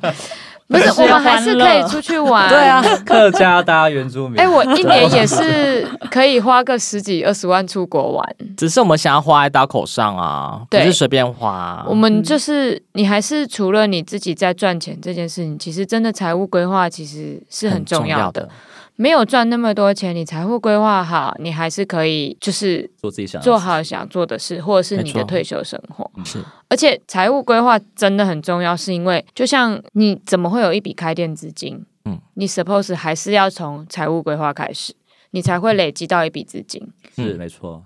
Speaker 3: 不是，
Speaker 1: 就是
Speaker 3: 我们还是可以出去玩。
Speaker 4: 对。啊，客家搭原住民。
Speaker 3: 哎，
Speaker 2: 啊
Speaker 3: 我一年也是可以花个十几二十万出国玩。
Speaker 2: 只是我们想要花在刀口上啊，不
Speaker 3: 对
Speaker 2: 是随便花。
Speaker 3: 我们就是你还是除了你自己在赚钱这件事情，其实真的财务规划其实是很重要的。
Speaker 2: 的，
Speaker 3: 没有赚那么多钱，你财务规划好，你还是可以就是
Speaker 4: 做自己想要的
Speaker 3: 做
Speaker 4: 事
Speaker 3: 好想做的事，或者是你
Speaker 2: 没
Speaker 3: 的
Speaker 2: 错
Speaker 3: 退休生活。
Speaker 2: 是
Speaker 3: 而且财务规划真的很重要，是因为就像你怎么会有一笔开店资金？
Speaker 2: 嗯
Speaker 3: 嗯，你 suppose 还是要从财务规划开始，你才会累积到一笔资金。
Speaker 4: 是
Speaker 2: 嗯
Speaker 4: 没错。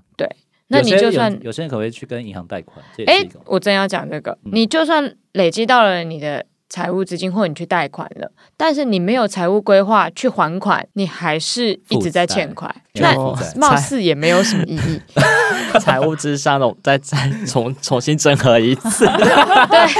Speaker 3: 那
Speaker 4: 有
Speaker 3: 你
Speaker 4: 些
Speaker 3: 就
Speaker 4: 有
Speaker 3: 算
Speaker 4: 有些人可能会去跟银行贷款，这也
Speaker 3: 哎、
Speaker 4: 是一种。
Speaker 3: 我正要讲这个，
Speaker 4: 嗯
Speaker 3: 你就算累积到了你的财务资金，或你去贷款了，但是你没有财务规划去还款，你还是一直在欠款，
Speaker 4: 负
Speaker 3: 那
Speaker 4: 债
Speaker 2: 就
Speaker 4: 财
Speaker 3: 貌似也没有什么意义。
Speaker 2: 财务智商的，我再再重重新整合一次，
Speaker 3: 对，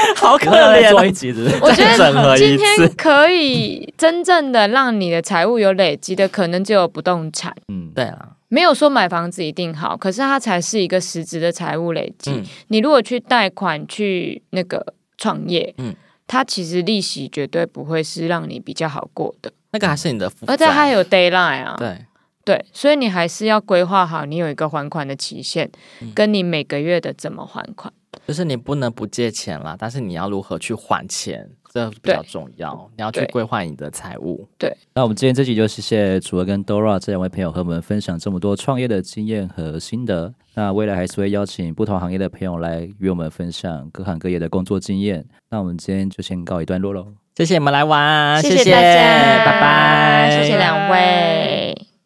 Speaker 2: 好可
Speaker 4: 我们
Speaker 2: 怜
Speaker 4: 要再做
Speaker 2: 哦
Speaker 4: 一。集是不是
Speaker 3: 我觉
Speaker 2: 再整合
Speaker 3: 得
Speaker 2: 一
Speaker 3: 今
Speaker 2: 次
Speaker 3: 天可以真正的让你的财务有累积的，可能只有不动产。
Speaker 4: 嗯，
Speaker 2: 对啊，
Speaker 3: 没有说买房子一定好，可是它才是一个实质的财务累积。
Speaker 2: 嗯
Speaker 3: 你如果去贷款去那个创业，
Speaker 2: 嗯
Speaker 3: 它其实利息绝对不会是让你比较好过的，
Speaker 2: 那个还是你的负债，
Speaker 3: 而且它有 d a y l i n e 啊，
Speaker 2: 对，
Speaker 3: 对所以你还是要规划好，你有一个还款的期限，
Speaker 2: 嗯
Speaker 3: 跟你每个月的怎么还款。
Speaker 2: 就是你不能不借钱啦，但是你要如何去还钱，这比较
Speaker 3: 对
Speaker 2: 重要。你要去
Speaker 3: 对
Speaker 2: 规划你的财务，
Speaker 4: 那我们今天这集就谢谢楚儿跟 Dora 这两位朋友和我们分享这么多创业的经验和心得。那未来还是会邀请不同行业的朋友来与我们分享各行各业的工作经验。那我们今天就先告一段落喽。
Speaker 2: 啊谢谢你们来玩，
Speaker 3: 谢
Speaker 2: 谢
Speaker 3: 大家，
Speaker 2: 拜拜，
Speaker 3: 谢谢两位。